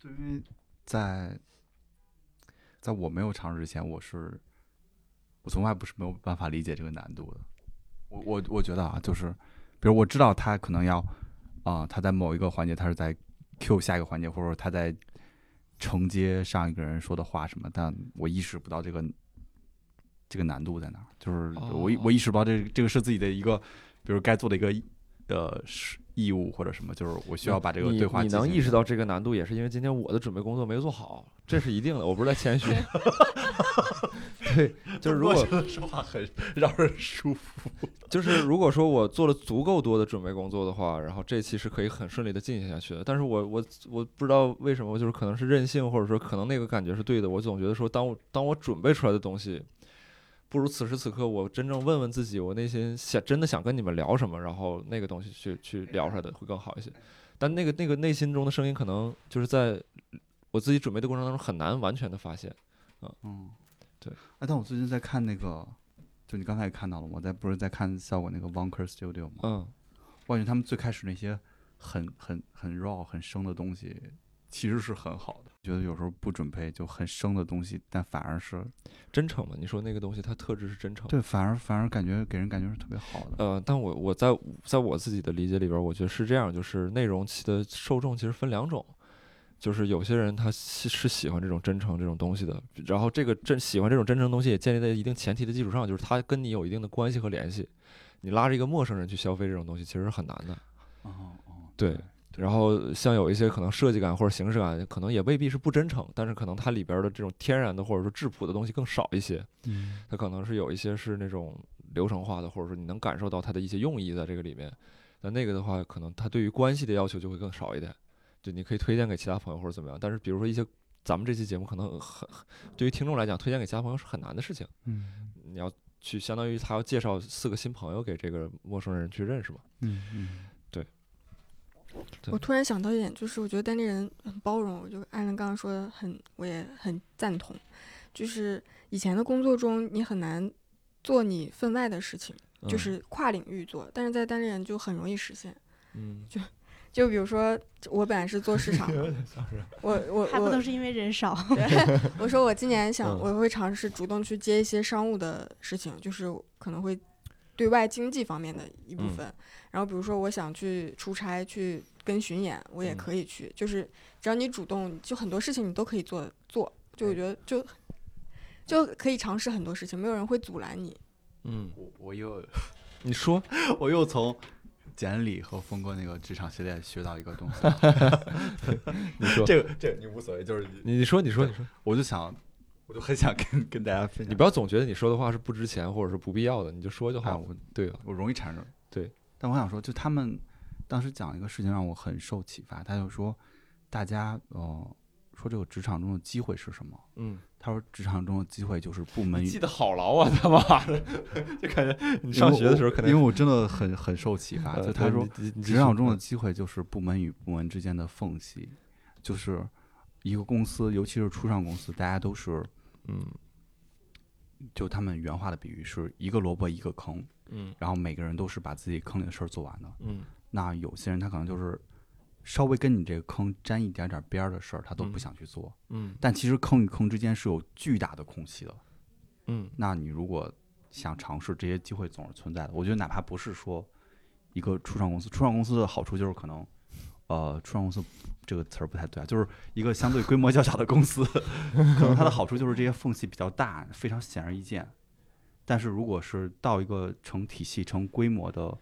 S2: 对，因为在在我没有尝试之前，我是我从来不是没有办法理解这个难度的。我我我觉得啊，就是比如我知道他可能要啊、他在某一个环节他是在 Q 下一个环节，或者说他在承接上一个人说的话什么，但我意识不到这个这个难度在哪儿，就是我意
S1: 哦
S2: 我意识不到这这个是自己的一个，比如该做的一个呃是义务或者什么，就是我需要把这个
S1: 嗯你
S2: 对话
S1: 你
S2: 进
S1: 能
S2: 行
S1: 意识
S2: 上
S1: 到这个难度，也是因为今天我的准备工作没做好，这是一定的。我不是在谦虚，对，
S2: (laughs)
S1: 就是如果
S2: 说话很让人舒服。
S1: 就是如果说我做了足够多的准备工作的话，然后这期是可以很顺利的进行下去的。但是我我我不知道为什么，就是可能是任性，或者说可能那个感觉是对的。我总觉得说，当我当我准备出来的东西，不如此时此刻我真正问问自己，我内心想真的想跟你们聊什么，然后那个东西去去聊出来的会更好一些。但那个那个内心中的声音，可能就是在我自己准备的过程当中很难完全的发现。
S2: 嗯，
S1: 对。
S2: 哎，但我最近在看那个，就你刚才也看到了，我在不是在看效果那个 Wonker Studio 吗？
S1: 嗯，
S2: 我感觉他们最开始那些很很很 raw 很生的东西，其实是很好的。觉得有时候不准备就很生的东西，但反而是
S1: 真诚嘛，你说那个东西它特质是真诚。
S2: 对，反而反而感觉给人感觉是特别好的。
S1: 呃，但我我在在我自己的理解里边儿，我觉得是这样，就是内容其的受众其实分两种，就是有些人他是是喜欢这种真诚这种东西的，然后这个真喜欢这种真诚东西也建立在一定前提的基础上，就是他跟你有一定的关系和联系，你拉着一个陌生人去消费这种东西其实是很难的。
S2: 哦哦，
S1: 对然后像有一些可能设计感或者形式感，可能也未必是不真诚，但是可能它里边儿的这种天然的或者说质朴的东西更少一些。
S2: 嗯，
S1: 它可能是有一些是那种流程化的，或者说你能感受到它的一些用意在这个里面。那那个的话，可能它对于关系的要求就会更少一点，就你可以推荐给其他朋友或者怎么样。但是比如说一些咱们这期节目可能很对于听众来讲，推荐给其他朋友是很难的事情。
S2: 嗯
S1: 你要去相当于他要介绍四个新朋友给这个陌生人去认识嘛。
S2: 嗯嗯，
S1: 对
S3: 我突然想到一点，就是我觉得当地人很包容，我就按照刚刚说的很，我也很赞同。就是以前的工作中，你很难做你分外的事情，
S1: 嗯、
S3: 就是跨领域做，但是在当地人就很容易实现。
S1: 嗯，
S3: 就比如说，我本来是做市
S1: (laughs)
S3: 场的，我我
S4: 还不都
S3: 我
S4: 是因为人 (laughs) 少？
S1: (laughs)
S3: 我说我今年想
S1: 嗯
S3: 我会尝试主动去接一些商务的事情，就是可能会对外经济方面的一部
S1: 嗯
S3: 分。然后比如说我想去出差去跟巡演，我也
S1: 嗯
S3: 可以去，就是只要你主动，就很多事情你都可以做做。就我觉得就就可以尝试很多事情，没有人会阻拦你。
S1: 嗯，
S2: 我我又
S1: 你说
S2: 我又从简历和峰哥那个职场系列学到一个东西。
S1: 你说
S2: 这个这个你无所谓，就是你
S1: 你你说你说你说，
S2: 我就想，我就很想跟跟大家分享。
S1: 你不要总觉得你说的话是不值钱或者是不必要的，你就说就
S2: 哎，
S1: 好了。
S2: 我
S1: 对啊吧？
S2: 我容易产生。
S1: 对，
S2: 但我想说，就他们当时讲一个事情让我很受启发，他就说，大家呃说这个职场中的机会是什么？
S1: 嗯，
S2: 他说职场中的机会就是部门与
S1: 记得好牢啊，他妈的，就感觉你上学的时候可能
S2: 因为我真的很很受启
S1: (laughs)
S2: 发，
S1: 呃
S2: 就他说，
S1: 你你
S2: 职场中的机会就是部门与部门之间的缝隙，就是一个公司，尤其是初创公司，大家都是
S1: 嗯
S2: 就他们原话的比喻是一个萝卜一个坑，
S1: 嗯
S2: 然后每个人都是把自己坑里的事儿做完的。
S1: 嗯
S2: 那有些人他可能就是稍微跟你这个坑沾一点点边儿的事儿，他都
S1: 嗯
S2: 不想去做。
S1: 嗯
S2: 但其实坑与坑之间是有巨大的空隙的。
S1: 嗯
S2: 那你如果想尝试，这些机会总是存在的。我觉得哪怕不是说一个初创公司，初创公司的好处就是可能，呃，初创公司这个词儿不太对啊，就是一个相对规模较小的公司， (laughs) 可能它的好处就是这些缝隙比较大，非常显而易见。但是如果是到一个成体系、成规模的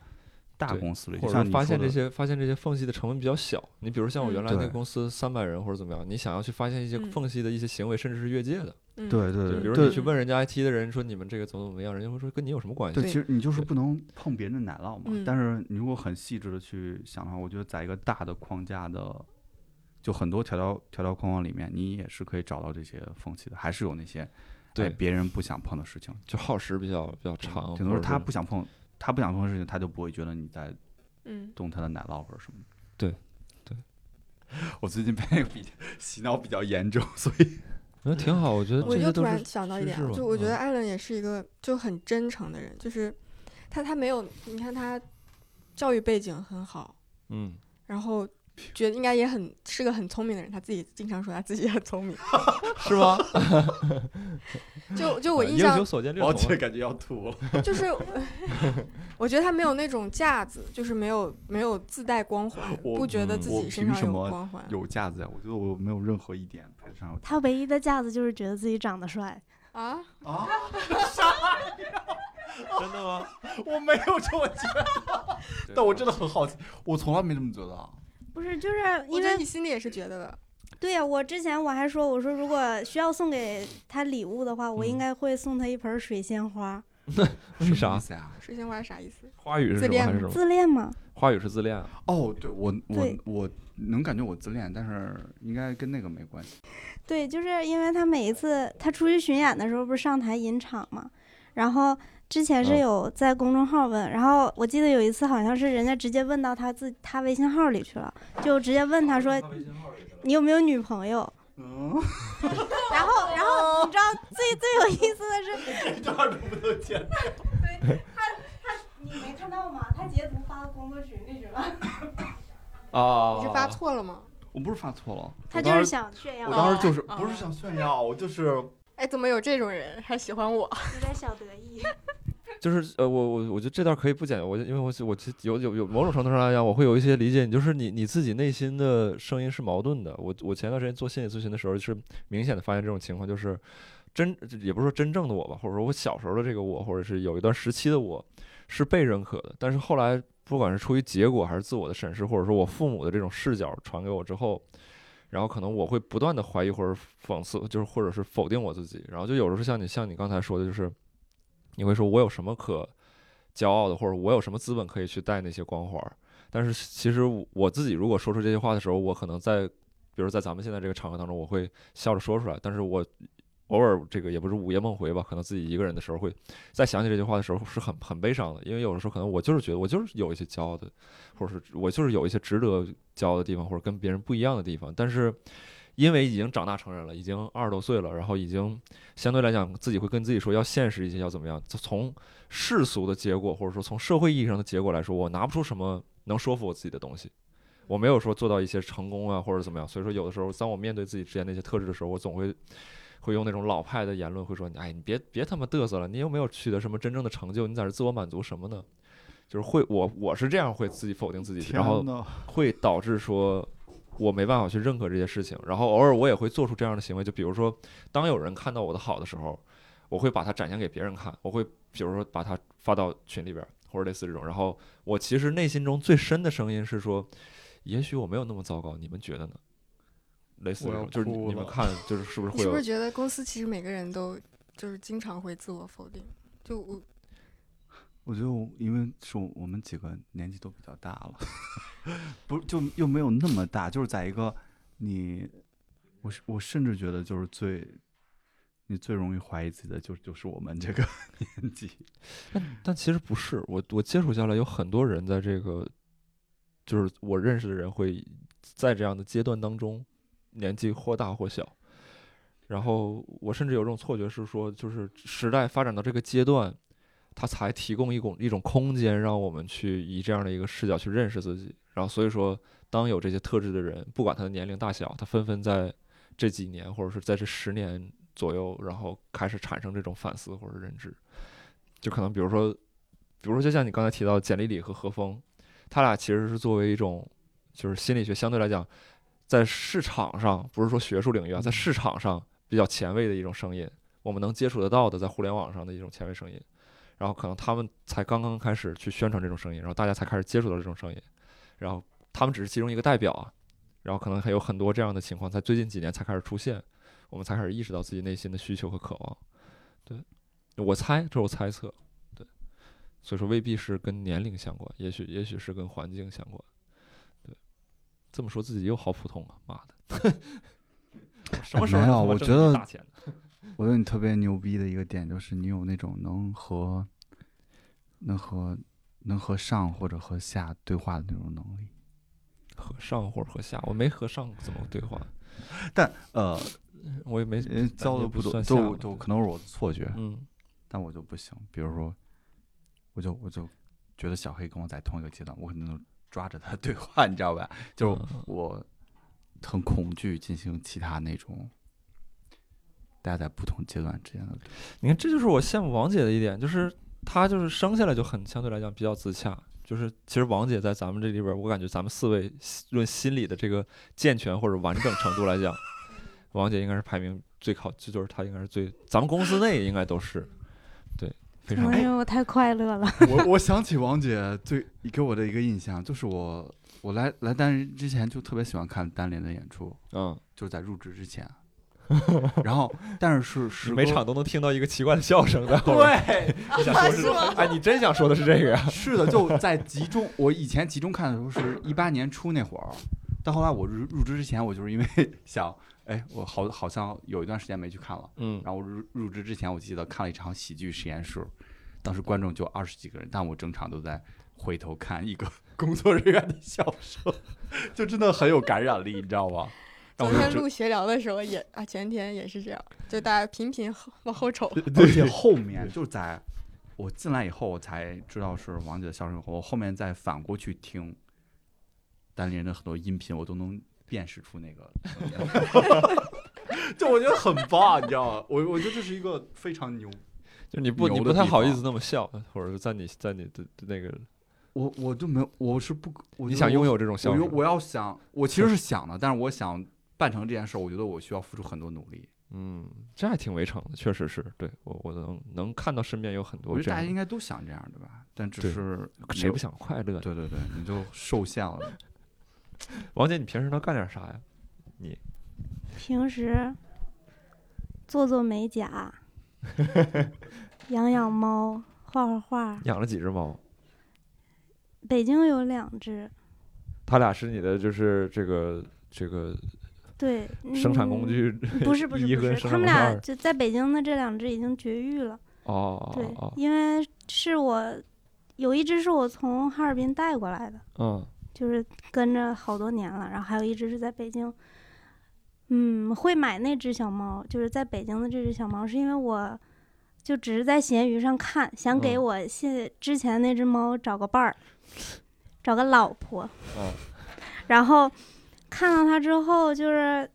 S2: 大
S1: 对
S2: 公司里，
S1: 或
S2: 就
S1: 者
S2: 像
S1: 说
S2: 你
S1: 发
S2: 说
S1: 现这
S2: 的
S1: 些发现这些缝隙的成本比较小。你比如像我
S3: 嗯
S1: 原来那个
S2: 对
S1: 公司三百人或者怎么样，你想要去发现一些
S3: 嗯
S1: 缝隙的一些行为，甚至是越界的。
S3: 嗯，
S2: 对对
S1: 就
S2: 对，
S1: 比如
S2: 对
S1: 你去问人家 IT 的人说你们这个怎么怎么样，人家会说跟你有什么关系
S2: 对，？其实你就是
S1: 对
S2: 不能碰别人的奶酪嘛。
S3: 嗯
S2: 但是你如果很细致的去想的话，我觉得在一个大的框架的，就很多条条条条框框里面，你也是可以找到这些缝隙的，还是有那些
S1: 对
S2: 哎别人不想碰的事情。
S1: 就耗时比较比较长，
S2: 顶多
S1: 或
S2: 是
S1: 者
S2: 他不想碰，他不想碰的事情，他就不会觉得你在
S3: 嗯，
S2: 动他的奶酪或者什么。
S1: 对，对。
S2: (laughs) 我最近被那个比洗脑比较严重，所 (laughs) 以
S1: 那嗯挺好。我觉得
S3: 我
S1: 这些
S3: 又突
S1: 都
S3: 然
S1: 是
S3: 想到一
S1: 趋
S3: 点
S1: 势
S3: 啊，
S1: 吧
S3: 就我觉得
S1: 嗯
S3: 艾伦也是一个就很真诚的人，就是他他没有，你看他教育背景很好，
S1: 嗯
S3: 然后觉得应该也很是个很聪明的人，他自己经常说他自己很聪
S2: (laughs)
S3: 明。
S1: 是吗？
S2: (laughs)
S3: 就 (laughs) 就我
S2: 啊
S1: 呃
S3: 印
S1: 英
S3: 象
S1: 雄所见略
S2: 我
S1: 同
S2: 这
S1: 啊。
S2: 感觉要吐了。
S3: 就是，我觉得他没有那种架子，就是没有没有自带光环，
S2: 我
S3: 不觉得
S1: 嗯
S3: 自
S2: 我
S3: 己身
S2: 凭
S3: 上
S2: 什
S3: 有
S2: 么
S3: 光环。
S2: (laughs) 有架子呀，我觉得我没有任何一点配得上有
S4: 他唯一的架子就是觉得自己长得帅，
S3: 啊，
S2: 啊！
S1: 真的
S3: (laughs)
S1: 吗？
S2: 我没有这么觉得，但我真的很好奇，我从来没这么觉得啊。
S4: 不是就是
S3: 我觉
S4: 因
S3: 得
S4: 为
S3: 你心里也是觉得的。
S4: 对呀、我之前我还说我说如果需要送给他礼物的话，我
S1: 嗯
S4: 应该会送他一盆水仙花，
S1: 为 (laughs) 啥？
S2: 思呀？
S3: 水仙花是啥意思？
S1: 花语是什
S3: 自
S1: 么
S3: 恋
S1: 还是
S3: 吗
S1: 什么？
S4: 自恋嘛。
S1: 花语是自恋啊。
S2: 哦，对我我
S4: 对
S2: 我能感觉我自恋，但是应该跟那个没关系。
S4: 对，就是因为他每一次他出去巡演的时候，不是上台引场嘛，然后之前是
S1: 嗯
S4: 有在公众号问，然后我记得有一次好像是人家直接问到他自他微信号里去了，就直接问他说你有没有女朋 (laughs) 友？
S2: 嗯，
S4: 哦然后然后你知道最最有意思的
S2: (laughs)
S4: 是，
S2: 这段能不能剪？
S4: 你没看到吗？他截图发到工作群里去了，
S1: 啊
S3: 你是发错了吗？
S2: 我不是发错了，
S4: 他
S2: 我
S4: 就
S2: 当
S4: 是
S2: 时
S4: 想炫耀
S2: 我，当时就是
S3: 啊
S2: 不是想炫耀，我就是
S3: 哎，怎么有这种人还喜欢 (laughs) 我？
S4: 有点小得意。
S1: 就是呃，我我我觉得这段可以不剪，我因为我我其实有有有某种程度上来讲，我会有一些理解你，就是你你自己内心的声音是矛盾的。我我前段时间做心理咨询的时候，是明显的发现这种情况，就是真也不是说真正的我吧，或者说我小时候的这个我，或者是有一段时期的我，是被认可的，但是后来不管是出于结果还是自我的审视，或者说我父母的这种视角传给我之后，然后可能我会不断的怀疑或者讽刺，就是或者是否定我自己，然后就有时候像你像你刚才说的，就是你会说我有什么可骄傲的，或者我有什么资本可以去戴那些光环儿？但是其实我我自己如果说出这些话的时候，我可能在比如在咱们现在这个场合当中，我会笑着说出来，但是我偶尔这个也不是午夜梦回吧，可能自己一个人的时候会在想起这句话的时候是很很悲伤的，因为有的时候可能我就是觉得我就是有一些骄傲的，或者是我就是有一些值得骄傲的地方，或者跟别人不一样的地方，但是。因为已经长大成人了，已经二十多岁了，然后已经相对来讲自己会跟自己说要现实一些，要怎么样？就从世俗的结果，或者说从社会意义上的结果来说，我拿不出什么能说服我自己的东西。我没有说做到一些成功啊，或者怎么样。所以说，有的时候当我面对自己之前那些特质的时候，我总会会用那种老派的言论，会说：“哎，你别别他妈嘚瑟了，你又没有取得什么真正的成就，你在这自我满足什么呢？”就是会我我是这样会自己否定自己，然后
S2: 天呐
S1: 会导致说我没办法去认可这些事情，然后偶尔我也会做出这样的行为，就比如说，当有人看到我的好的时候，我会把它展现给别人看，我会比如说把它发到群里边儿，或者类似这种，然后我其实内心中最深的声音是说，也许我没有那么糟糕，你们觉得呢？类似这
S2: 我要
S1: 种，就是你
S2: 哭
S1: 你们
S2: 了
S1: 看，就是是不是
S3: 你
S1: 会
S3: 是不
S1: 有
S3: (laughs) 是觉得公司其实每个人都就是经常会自我否定？
S2: (laughs)
S3: 就我
S2: 我觉得我因为是我们几个年纪都比较大了， (laughs) 不就又没有那么大，就是在一个你，我是我甚至觉得就是最，你最容易怀疑自己的就是就是我们这个 (laughs) 年纪，
S1: 但其实不是，我我接触下来有很多人在这个，就是我认识的人会在这样的阶段当中，年纪或大或小。然后我甚至有种错觉是说，就是时代发展到这个阶段，它才提供一种一种空间，让我们去以这样的一个视角去认识自己。然后所以说，当有这些特质的人，不管他的年龄大小，他纷纷在这几年或者是在这十年左右，然后开始产生这种反思或者认知。就可能比如说，比如说就像你刚才提到简丽丽和何峰，他俩其实是作为一种就是心理学相对来讲，在市场上不是说学术领域啊，在市场上比较前卫的一种声音，我们能接触得到的，在互联网上的一种前卫声音。然后可能他们才刚刚开始去宣传这种声音，然后大家才开始接触到这种声音，然后他们只是其中一个代表啊，然后可能还有很多这样的情况，在最近几年才开始出现，我们才开始意识到自己内心的需求和渴望。对，我猜，这是我猜测，对，所以说未必是跟年龄相关，也许也许是跟环境相关。对，这么说自己又好普通啊，妈的！我 (laughs) 什么时候
S2: 没有
S1: 能他妈
S2: 我
S1: 挣
S2: 觉
S1: 这么
S2: 得
S1: 大钱呢
S2: 我觉得你特别牛逼的一个点就是你有那种能和，能和能和上或者和下对话的那种能力。
S1: 和上或者和下，我没和上怎么对话，
S2: 但呃，
S1: 我也没
S2: 呃教
S1: 也
S2: 的
S1: 不
S2: 多，
S1: 算下
S2: 就
S1: 了
S2: 就
S1: 对
S2: 可能是我的错觉，
S1: 嗯。
S2: 但我就不行。比如说，我就我就觉得小黑跟我在同一个阶段，我可能抓着他对话，你知道吧？就
S1: 嗯
S2: 我很恐惧进行其他那种大家在不同阶段之间的对话
S1: 你看，这就是我羡慕王姐的一点，就是她就是生下来就很相对来讲比较自洽。就是其实王姐在咱们这里边儿，我感觉咱们四位论心理的这个健全或者完整程度来讲，王姐应该是排名最靠，这就是她应该是最，咱们公司内应该都是，对，非常
S4: 哎呦，我太快乐了，
S2: (laughs) 我我想起王姐最给我的一个印象，就是我我来来单林之前就特别喜欢看单林的演出，
S1: 嗯，
S2: 就是在入职之前。然后，但是是时
S1: 嗯每
S2: 隔
S1: 场都能听到一个奇怪的笑声在后面。
S2: 对，
S1: 你想说是
S3: 是 (laughs) 吗
S1: 哎，你真想说的是这个呀？
S2: (laughs) 是的，就在集中。我以前集中看的时候是一八年初那会儿，但后来我入入职之前，我就是因为 (laughs) 想，哎，我好好像有一段时间没去看了。
S1: 嗯
S2: 然后我入入职之前，我记得看了一场喜剧实验室，当时观众就二十几个人，但我整场都在回头看一个 (laughs) 工作人员的笑声，就真的很有感染力，你知道吗？让
S3: 昨
S2: 我就
S3: 天
S2: 知
S3: 录学聊的时候也啊，前天也是这样，就大家频频后往后瞅。
S2: 而且后面就是在我进来以后，我才知道是王姐的笑声。我后面再反过去听单立人的很多音频，我都能辨识出那个声音。 (laughs) 就我觉得很棒，你知道吗？我我觉得这是一个非常牛。
S1: 就你不
S2: 牛
S1: 你
S2: 的
S1: 不太
S2: 地
S1: 好意
S2: 方
S1: 思那么笑，或者是在你在你的的那个
S2: 我我就没有，我是不，我
S1: 你
S2: 觉得
S1: 想拥
S2: 我，
S1: 有这种笑
S2: 我
S1: 声
S2: 有，我要想，我其实是想的，但是我想办成这件事儿，我觉得我需要付出很多努力。
S1: 嗯，这还挺围城的，确实是对我我能能看到身边有很
S2: 我
S1: 多
S2: 觉
S1: 这
S2: 得大
S1: 样
S2: 家应
S1: 的，
S2: 该都想这样的吧，但只
S1: 对
S2: 是
S1: 谁不
S2: 想？
S1: 想快乐呢？
S2: 对对对，你就受限了。
S1: 王姐，你平时能干点啥呀？
S4: 平时做做
S1: (laughs)
S4: 美甲，养养猫，画画画。
S1: 养了几只猫？
S4: 北京有两只，
S1: 它俩是你的就是这个这个
S4: 对，
S1: 生产工
S4: 嗯。
S1: 具
S4: (laughs) 不是不是
S1: 一
S4: 不
S1: 和
S4: 是，
S1: 生
S4: 他
S1: 产
S4: 们
S1: 工具
S4: 俩
S1: 二
S4: 就在北京的这两只已经绝育了。
S1: 哦
S4: 对
S1: 哦，哦，
S4: 因为是我有一只是我从哈尔滨带过来的，
S1: 嗯，
S4: 就是跟着好多年了，然后还有一只是在北京。嗯，会买那只小猫，就是在北京的这只小猫，是因为我就只是在闲鱼上看，想给
S1: 嗯
S4: 我现之前那只猫找个伴儿，找个老婆。
S1: 嗯
S4: (laughs) 然后看到它之后，就是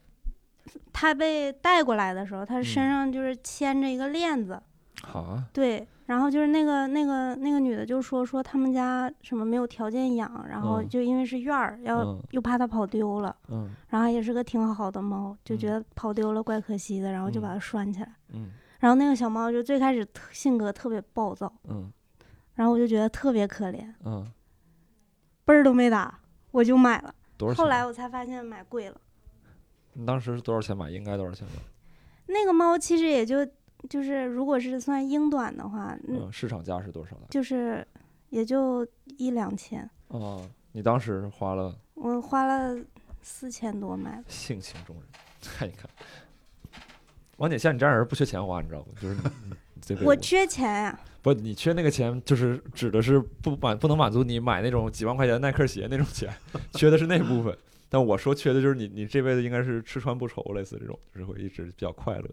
S4: 它被带过来的时候，它
S1: 嗯
S4: 身上就是牵着一个链子，
S1: 好啊，
S4: 对，然后就是那个那个那个女的就说说他们家什么没有条件养，然后
S1: 嗯
S4: 就因为是院儿，要、
S1: 嗯
S4: 又怕它跑丢了，
S1: 嗯
S4: 然后也是个挺好的猫，就觉
S1: 嗯
S4: 得跑丢了怪可惜的，然后就把
S1: 嗯
S4: 它拴起来。
S1: 嗯
S4: 然后那个小猫就最开始特性格特别暴躁，
S1: 嗯
S4: 然后我就觉得特别可怜，
S1: 嗯，
S4: 倍儿都没打，我就买了。
S1: 多少钱？啊
S4: 后来我才发现买贵了，
S1: 你当时是多少钱买？应该多少钱买？
S4: 那个猫其实也就就是如果是算英短的话，嗯，
S1: 嗯，市场价是多少的？
S4: 就是也就一两千。
S1: 哦，你当时花了，
S4: 我花了四千多买的，
S1: 性情中人，看一看。王姐，像你这样人不缺钱花，你知道吗？就是你你你这辈子
S4: 我缺钱啊呀、
S1: 不，你缺那个钱，就是指的是不满不能满足你买那种几万块钱的耐克鞋那种钱， (laughs) 缺的是那部分。但我说缺的就是你，你这辈子应该是吃穿不愁，类似这种，就是会一直比较快乐。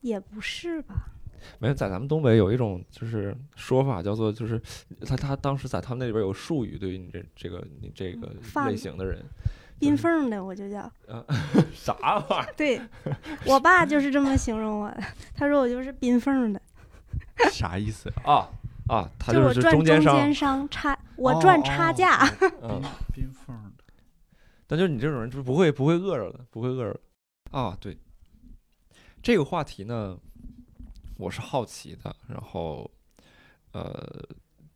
S4: 也不是吧？
S1: 没有，在咱们东北有一种就是说法叫做，就是他他当时在他们那里边有术语，对于你这这个你这个
S4: 贩
S1: 类
S4: 子
S1: 型的人，
S4: 冰缝的我就叫，
S1: 啥玩意儿？
S4: 对我爸就是这么形容我的，他说我就是冰缝的，
S2: 啥意思呀、
S1: 啊啊，他
S4: 就我
S1: 是
S4: 赚中
S1: 间商，
S4: 间商差，我
S2: 哦
S4: 赚差价。
S1: (laughs) 嗯，
S2: 冰缝儿的，
S1: 但就是你这种人，就是不会不会饿着的，不会饿着的啊。对，这个话题呢，我是好奇的，然后呃，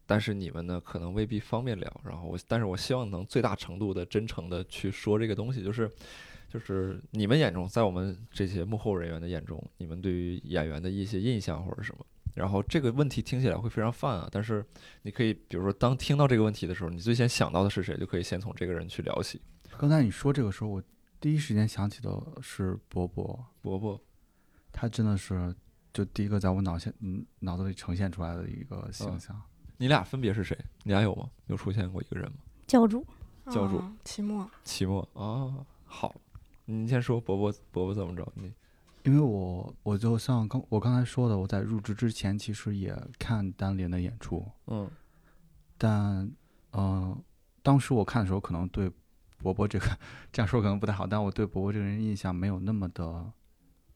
S1: 但是你们呢可能未必方便聊，然后我，但是我希望能最大程度的真诚的去说这个东西，就是就是你们眼中，在我们这些幕后人员的眼中，你们对于演员的一些印象或者什么。然后这个问题听起来会非常泛啊，但是你可以，比如说当听到这个问题的时候，你最先想到的是谁，就可以先从这个人去聊起。
S2: 刚才你说这个时候，我第一时间想起的是伯伯，
S1: 伯伯，
S2: 他真的是就第一个在我脑现嗯脑子里呈现出来的一个形象。
S1: 你俩分别是谁？你俩有吗？有出现过一个人吗？
S4: 教主，
S1: 教主
S3: 嗯期末
S1: 期末啊，好，你先说伯伯，伯伯怎么着？你
S2: 因为我我就像刚我刚才说的，我在入职之前其实也看单林的演出，
S1: 嗯
S2: 但呃，当时我看的时候，可能对伯伯这个这样说可能不太好，但我对伯伯这个人印象没有那么的，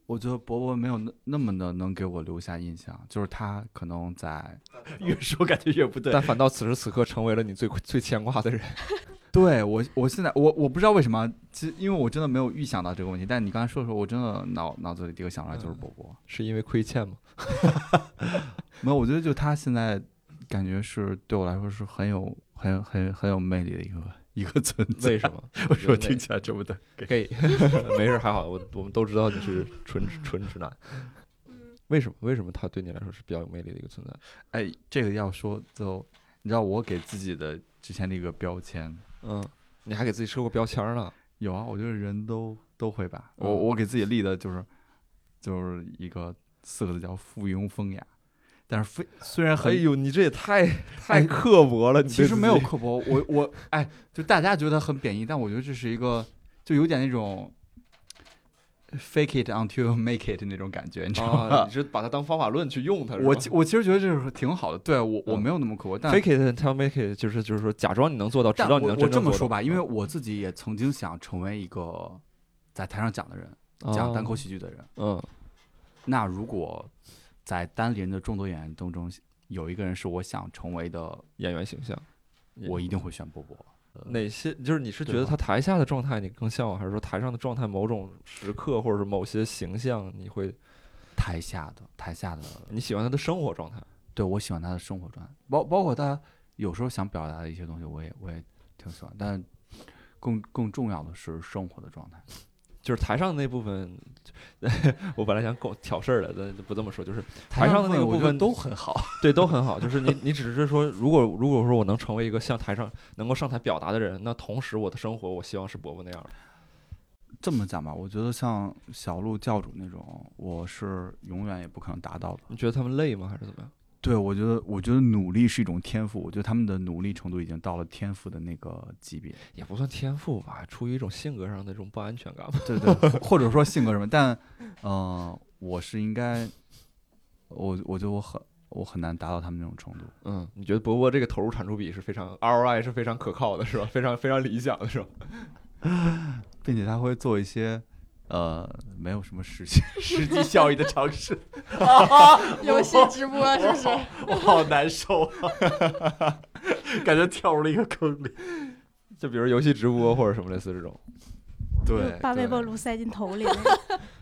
S2: 我觉得伯伯没有那那么的能给我留下印象，就是他可能在
S1: (laughs) 越说感觉越不对，但反倒此时此刻成为了你最最牵挂的人。
S2: 对我，我现在我我不知道为什么，其实因为我真的没有预想到这个问题，但你刚才说的时候，我真的脑脑子里第一个想出来
S1: 嗯
S2: 就是伯伯。
S1: 是因为亏欠吗？
S2: 没有，我觉得就他现在感觉是对我来说是很有很有很有很有魅力的一个一个存 (laughs) 在。
S1: 为什么？
S2: 我说听起来这么的给，
S1: gay，没 (laughs) 事，还好，我我们都知道你是纯纯直男。为什么？为什么他对你来说是比较有魅力的一个存在？
S2: 哎，这个要说就你知道我给自己的之前的一个标签
S1: 嗯，你还给自己设过标签呢。
S2: 有啊，我觉得人都都会吧。我
S1: 嗯
S2: 我给自己立的就是就是一个四个字叫附庸风雅，但是非虽然很
S1: 呦，你这也太
S2: 哎
S1: 刻薄 (laughs) 了。你
S2: 其
S1: 对
S2: 实
S1: 自
S2: 没有
S1: 己
S2: 刻薄，我我哎，就大家觉得很贬义，但我觉得这是一个，就有点那种 fake it until you make it 那种感觉，你知道吗？
S1: 啊，你是把它当方法论去用它。是吧
S2: 我其我其实觉得这是挺好的，对我我
S1: 嗯
S2: 没有那么刻薄，但
S1: fake it until make it，就是就是说假装你能做到，直
S2: 但
S1: 到
S2: 我
S1: 你能
S2: 我
S1: 真
S2: 这
S1: 正
S2: 么
S1: 做
S2: 说
S1: 到嗯
S2: 吧，因为我自己也曾经想成为一个在台上讲的人，讲单口，喜剧的人。
S1: 哦嗯啊
S2: 那如果在单立人的众多演员当中有一个人是我想成为的，
S1: 嗯，演员形象。
S2: 我一定会选波波。
S1: 哪些就是你是觉
S2: 对
S1: 得
S2: 吧
S1: 他台下的状态你更向往，还是说台上的状态某种时刻或者是某些形象你会
S2: 台下的台下的
S1: 你喜欢他的生活状态？
S2: 对我喜欢他的生活状态，包包括他有时候想表达的一些东西，我也我也挺喜欢。但更更重要的是生活的状态。
S1: 就是台上的那部分， (laughs) 我本来想搞挑事儿的，但不这么说，就是台
S2: 台
S1: 上的
S2: 的
S1: 那个部
S2: 我觉
S1: 分
S2: 得都很好。
S1: 对都很好。就是你你只是说，如果如果说我能成为一个像台上能够上台表达的人，那同时我的生活我希望是伯伯那样的。
S2: (laughs) 这么讲吧，我觉得像小鹿教主那种，我是永远也不可能达到的。
S1: 你觉得他们累吗？还是怎么样？
S2: 对，我觉得我觉得努力是一种天赋，我觉得他们的努力程度已经到了天赋的那个级别。
S1: 也不算天赋吧，出于一种性格上的这种不安全感吧。
S2: 对对， (laughs) 或者说性格什么，但呃，我是应该，我我觉得我很我很难达到他们那种程度。
S1: 嗯，你觉得伯伯这个投入产出比是非常 ROI 是非常可靠的，是吧？非常非常理想的是吧？
S2: 并且他会做一些呃没有什么实际 (laughs) 实际效益的尝试， (laughs)
S3: 游戏直播是不是？
S2: 我好难受啊， (laughs) 感觉跳入了一个坑里。
S1: 就比如游戏直播或者什么类似这种
S2: 对，
S4: 把微
S2: 对
S4: 波炉塞进头里，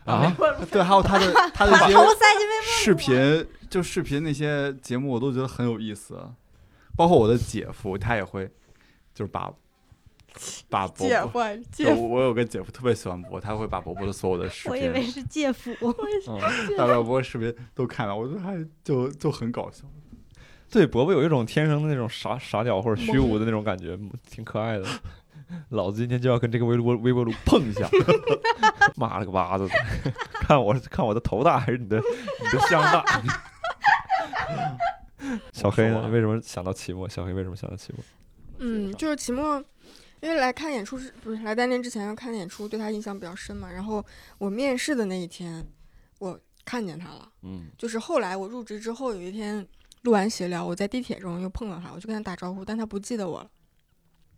S1: 啊，
S2: 对，还有他
S3: (laughs)
S2: 的他的一
S4: 把
S2: 些
S4: 头塞进微
S2: 视频，就视频那些节目，我都觉得很有意思。啊包括我的姐夫，他也会，就是把
S3: (laughs)
S2: 把伯
S3: 姐
S2: 伯，
S3: 夫，
S2: 对
S3: 姐夫，
S2: 我我有个姐夫特别喜欢伯，他会把伯伯的所有的视
S4: 波，我以为
S2: 频，
S4: 是借斧。
S1: 嗯，
S2: 大伯伯视频都看了，我觉得还就就很搞笑。
S1: 对，伯伯有一种天生的那种傻傻屌或者虚无的那种感 (laughs) 觉，挺可爱的。老子今天就要跟这个微波微波炉碰一下， (laughs) 妈了个巴子的，看我看我的头大还是你的你的香 (laughs) 大？小黑
S2: 我
S1: 呢？
S2: 说
S1: 为什么想到期末？小黑为什么想到期末？
S3: 嗯，就是期末，因为来看演出是不是来单立人之前要看演出，对他印象比较深嘛。然后我面试的那一天，我看见他了。
S1: 嗯，
S3: 就是后来我入职之后，有一天录完闲聊，我在地铁中又碰到他，我就跟他打招呼，但他不记得我了，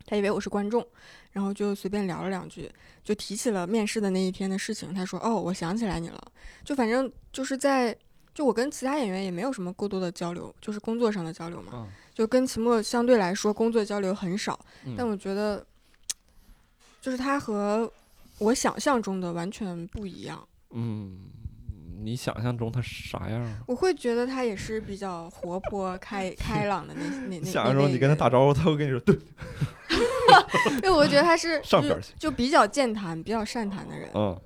S3: 他以为我是观众，然后就随便聊了两句，就提起了面试的那一天的事情。他说：“哦，我想起来你了。”就反正就是在就我跟其他演员也没有什么过多的交流，就是工作上的交流嘛，
S1: 嗯
S3: 就跟秦墨相对来说工作交流很少，
S1: 嗯
S3: 但我觉得就是他和我想象中的完全不一样。
S1: 嗯，你想象中他啥样啊？
S3: 我会觉得他也是比较活泼、开开朗的那那那。
S1: 你想象中你跟他打
S3: 招
S1: 招呼，他会跟你说对
S3: 呼，对，我觉得他是
S1: 上边儿去
S3: 就就比较健谈、比较善谈的人。
S1: 嗯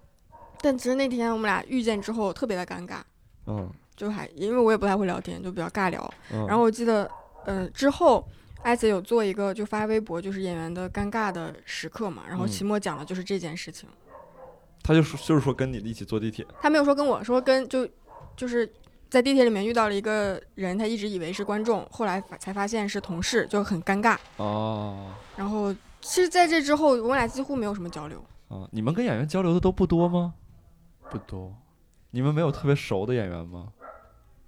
S3: 但其实那天我们俩遇见之后，特别的尴尬，
S1: 嗯
S3: 就还因为我也不太会聊天，就比较尬聊。
S1: 嗯，
S3: 然后我记得，呃，之后艾姐有做一个就发微博，就是演员的尴尬的时刻嘛。然
S1: 嗯
S3: 后期末讲的就是这件事情，
S1: 他就说就是说跟你一起坐地铁，
S3: 他没有说跟我说跟就就是在地铁里面遇到了一个人，他一直以为是观众，后来发才发现是同事，就很尴尬。
S1: 哦
S3: 然后其实在这之后，我们俩几乎没有什么交流。
S1: 啊，你们跟演员交流的都不多吗？
S2: 不多，
S1: 你们没有特别熟的演员吗？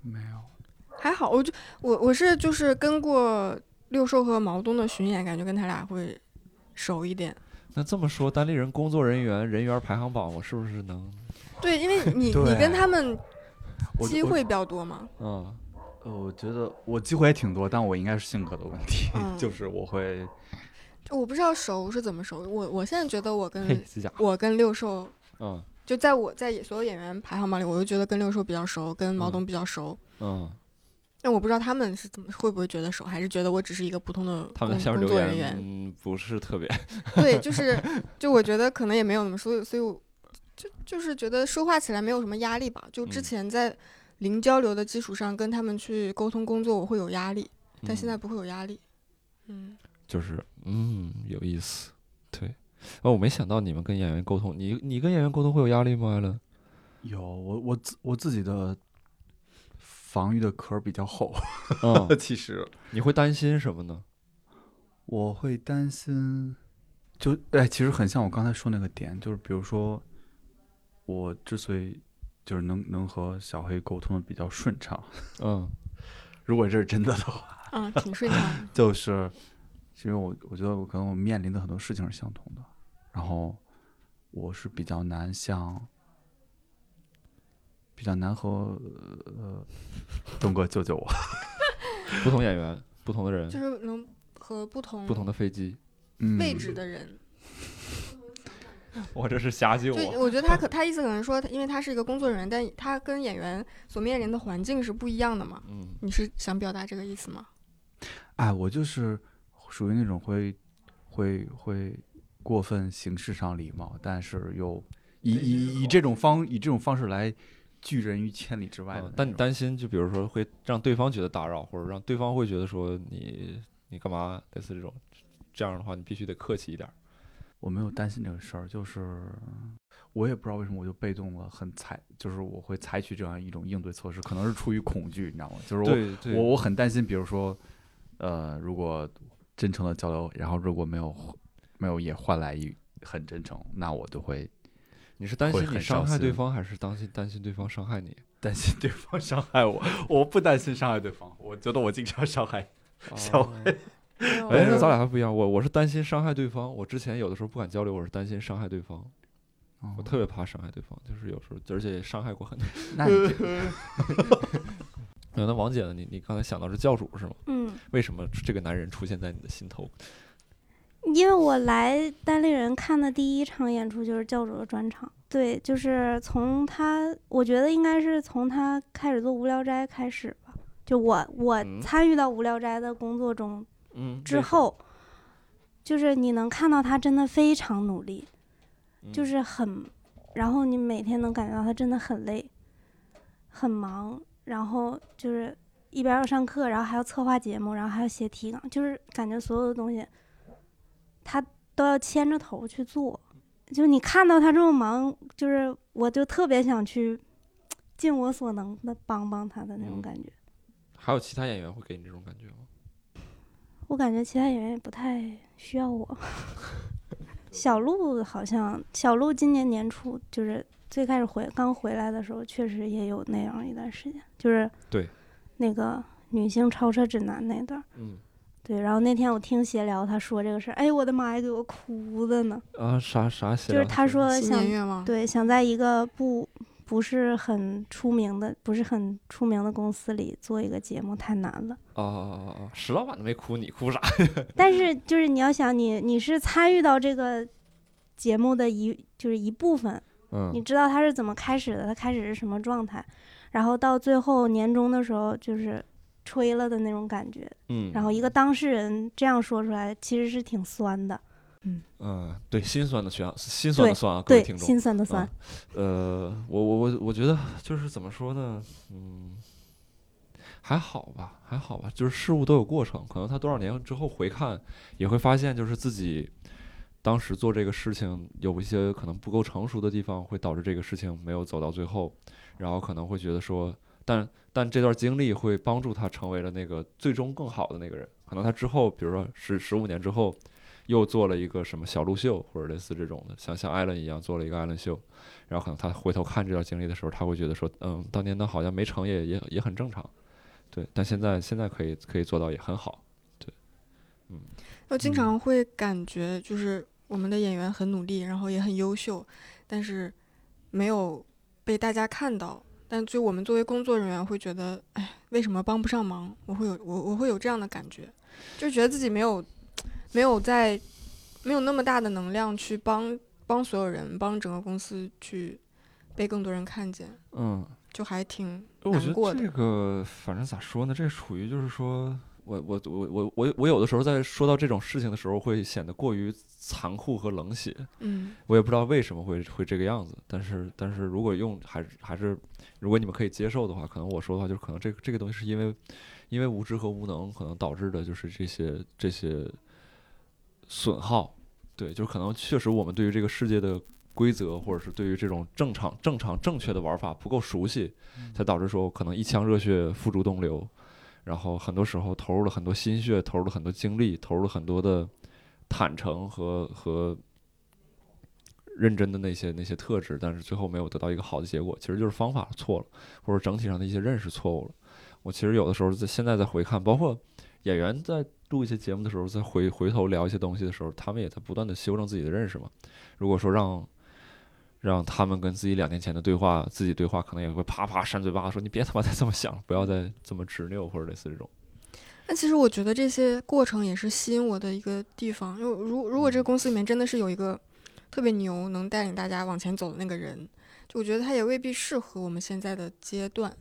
S2: 没有。
S3: 还好，我就我我是就是跟过六兽和毛东的巡演，感觉跟他俩会熟一点。
S1: 那这么说，单立人工作人员人员排行榜，我是不是能
S3: 对，
S1: (laughs)
S3: 因为你
S2: 对
S3: 你跟他们
S2: 我
S3: 机会比较多嘛。
S1: 啊？
S2: 我呃我觉得我机会也挺多，但我应该是性格的问题，
S3: 嗯
S2: (laughs) 就是我会
S3: 我不知道熟是怎么熟，我我现在觉得我
S1: 嘿，
S3: 跟
S1: 这家伙，
S3: 我跟六兽，
S1: 嗯
S3: 就在我在所有演员排行榜里，我就觉得跟六兽比较熟，跟毛东比较熟。
S1: 嗯，
S3: 但我不知道他们是怎么会不会觉得熟，还是觉得我只是一个普通的
S1: 他们
S3: 工
S1: 在下面
S3: 工
S1: 留
S3: 作人
S1: 言，
S3: 员。
S1: 嗯，不是特别，
S3: 对，就是就我觉得可能也没有那么，所以所以我就就是觉得说话起来没有什么压力吧。就之
S1: 嗯
S3: 前在零交流的基础上跟他们去沟通工作，我会有压力，但现
S1: 嗯
S3: 在不会有压力。嗯，
S1: 就是嗯，有意思，对。哦，我没想到你们跟演员沟通，你你跟演员沟通会有压力吗，艾伦？
S2: 有我我自我自己的防御的壳儿比较厚，
S1: 嗯，
S2: (laughs) 其实
S1: 你会担心什么呢？
S2: 我会担心，就哎，其实很像我刚才说那个点，就是比如说，我之所以就是能能和小黑沟通的比较顺畅，
S1: 嗯
S2: 如果这是真的的话，
S3: 啊，挺顺畅的。
S2: 就是是因为我我觉得我可能我面临的很多事情是相同的，然后我是比较难像。比较难和呃，东哥救救
S3: (laughs)
S2: 我！
S1: 不同演 (laughs) 员，不同的人，
S3: 就是能和不同
S1: 不同的飞机。
S2: 嗯
S3: 位置的人，
S1: (laughs) 我这是瞎救
S3: 就我觉得他
S1: (laughs)
S3: 可他意思可能说，因为他是一个工作人员，但他跟演员所面临的环境是不一样的嘛。
S1: 嗯
S3: 你是想表达这个意思吗？
S2: 哎，我就是属于那种会会会过分形式上礼貌，但是又以以以这种方以这种方式来拒人于千里之外的
S1: 嗯
S2: 那，
S1: 但你
S2: 种
S1: 担心，就比如说会让对方觉得打扰，或者让对方会觉得说你你干嘛，类似这种，这样的话你必须得客气一点儿。
S2: 我没有担心这个事儿，就是我也不知道为什么我就被动了，很采就是我会采取这样一种应对措施，可能是出于恐惧，你知道吗？就是
S1: 对
S2: 我
S1: 对，
S2: 我我很担心，比如说呃，如果真诚的交流，然后如果没有没有也换来一很真诚，那我就会
S1: 你是担
S2: 会
S1: 心你
S2: 很
S1: 伤
S2: 伤
S1: 害对
S2: 心
S1: 方，还是担心担心对方伤害你？
S2: 担心对方伤害我，我不担心伤害对方，我觉得我经常伤害。小
S1: 哦
S3: 没有
S1: 哎，那咱俩还不一样，我我是担心伤害对方。我之前有的时候不敢交流，我是担心伤害对方，我
S2: 哦
S1: 特别怕伤害对方，就是有时候，而且也伤害过很多。
S2: (laughs) 那你这
S1: 嗯那王姐呢？你你刚才想到是教主是吗？
S4: 嗯，
S1: 为什么这个男人出现在你的心头？
S4: 因为我来单立人看的第一场演出就是教主的专场，对，就是从他，我觉得应该是从他开始做无聊斋开始吧。就我我
S1: 嗯
S4: 参与到无聊斋的工作中
S1: 嗯，
S4: 之后，就是你能看到他真的非常努力，就
S1: 嗯
S4: 是很，然后你每天能感觉到他真的很累，很忙，然后就是一边要上课，然后还要策划节目，然后还要写提纲，就是感觉所有的东西，他都要牵着头去做。就你看到他这么忙，就是我就特别想去尽我所能的帮帮他的那种
S1: 嗯
S4: 感觉。
S1: 还有其他演员会给你这种感觉吗？
S4: 我感觉其他演员也不太需要我。 (laughs) 小鹿好像，小鹿今年年初就是最开始回刚回来的时候，确实也有那样一段时间，就是
S1: 对
S4: 那个女性超车指南那段儿。
S1: 嗯
S4: 对，然后那天我听闲聊他说这个事儿，哎，我的妈呀，给我哭的呢。
S1: 啊，啥啥写
S4: 就
S1: 的
S4: 是他说
S3: 新
S4: 呃想
S3: 年愿望，
S4: 对，想在一个不不是很出名的、不是很出名的公司里做一个节目太难了。
S1: 啊啊啊啊！石老板都没哭，你哭啥？
S4: 但是就是你要想你你是参与到这个节目的一就是一部分，你
S1: 嗯
S4: 知道它是怎么开始的，它开始是什么状态，然后到最后年终的时候就是吹了的那种感觉，
S1: 嗯
S4: 然后一个当事人这样说出来，其实是挺酸的，
S1: 嗯，对，心酸的酸，心酸的
S4: 对
S1: 酸啊，各位
S4: 对，
S1: 听众。
S4: 心酸的酸，
S1: 呃，我我我我觉得就是怎么说呢，嗯，还好吧，还好吧，就是事物都有过程，可能他多少年之后回看，也会发现就是自己当时做这个事情有一些可能不够成熟的地方，会导致这个事情没有走到最后，然后可能会觉得说，但但这段经历会帮助他成为了那个最终更好的那个人，可能他之后，比如说十十五年之后。又做了一个什么小鹿秀，或者类似这种的，像像艾伦一样做了一个艾伦秀，然后可能他回头看这段经历的时候，他会觉得说，嗯，当年那好像没成也也也很正常，对，但现在现在可以可以做到也很好，对，
S3: 我
S2: 嗯
S3: 经常会感觉就是我们的演员很努力，然后也很优秀，但是没有被大家看到。但就我们作为工作人员会觉得，哎，为什么帮不上忙？我会有我我会有这样的感觉，就觉得自己没有没有在没有那么大的能量去帮帮所有人，帮整个公司去被更多人看见，
S5: 嗯，
S3: 就还挺
S5: 我觉
S3: 难过
S5: 得
S3: 的。
S5: 这个反正咋说呢，这处于就是说，
S1: 我我我我我我有的时候在说到这种事情的时候，会显得过于残酷和冷血。
S3: 嗯，
S1: 我也不知道为什么会会这个样子，但是但是如果用还是还是，如果你们可以接受的话，可能我说的话就是可能这个这个东西是因为因为无知和无能可能导致的就是这些这些损耗，对，就是可能确实我们对于这个世界的规则或者是对于这种正常正常正确的玩法不够熟悉，才导致说可能一腔热血付诸东流，然后很多时候投入了很多心血，投入了很多精力，投入了很多的坦诚和和认真的那些那些特质，但是最后没有得到一个好的结果，其实就是方法错了，或者整体上的一些认识错误了。我其实有的时候在现在在回看，包括演员在录一些节目的时候，在回回头聊一些东西的时候，他们也在不断的修正自己的认识嘛。如果说让让他们跟自己两年前的对话，自己对话可能也会啪啪扇嘴巴，说你别他妈再这么想了，不要再这么执拗，或者类似这种。
S3: 那其实我觉得这些过程也是吸引我的一个地方，因为如如果
S1: 嗯
S3: 这个公司里面真的是有一个特别牛能带领大家往前走的那个人，就我觉得他也未必适合我们现在的阶段。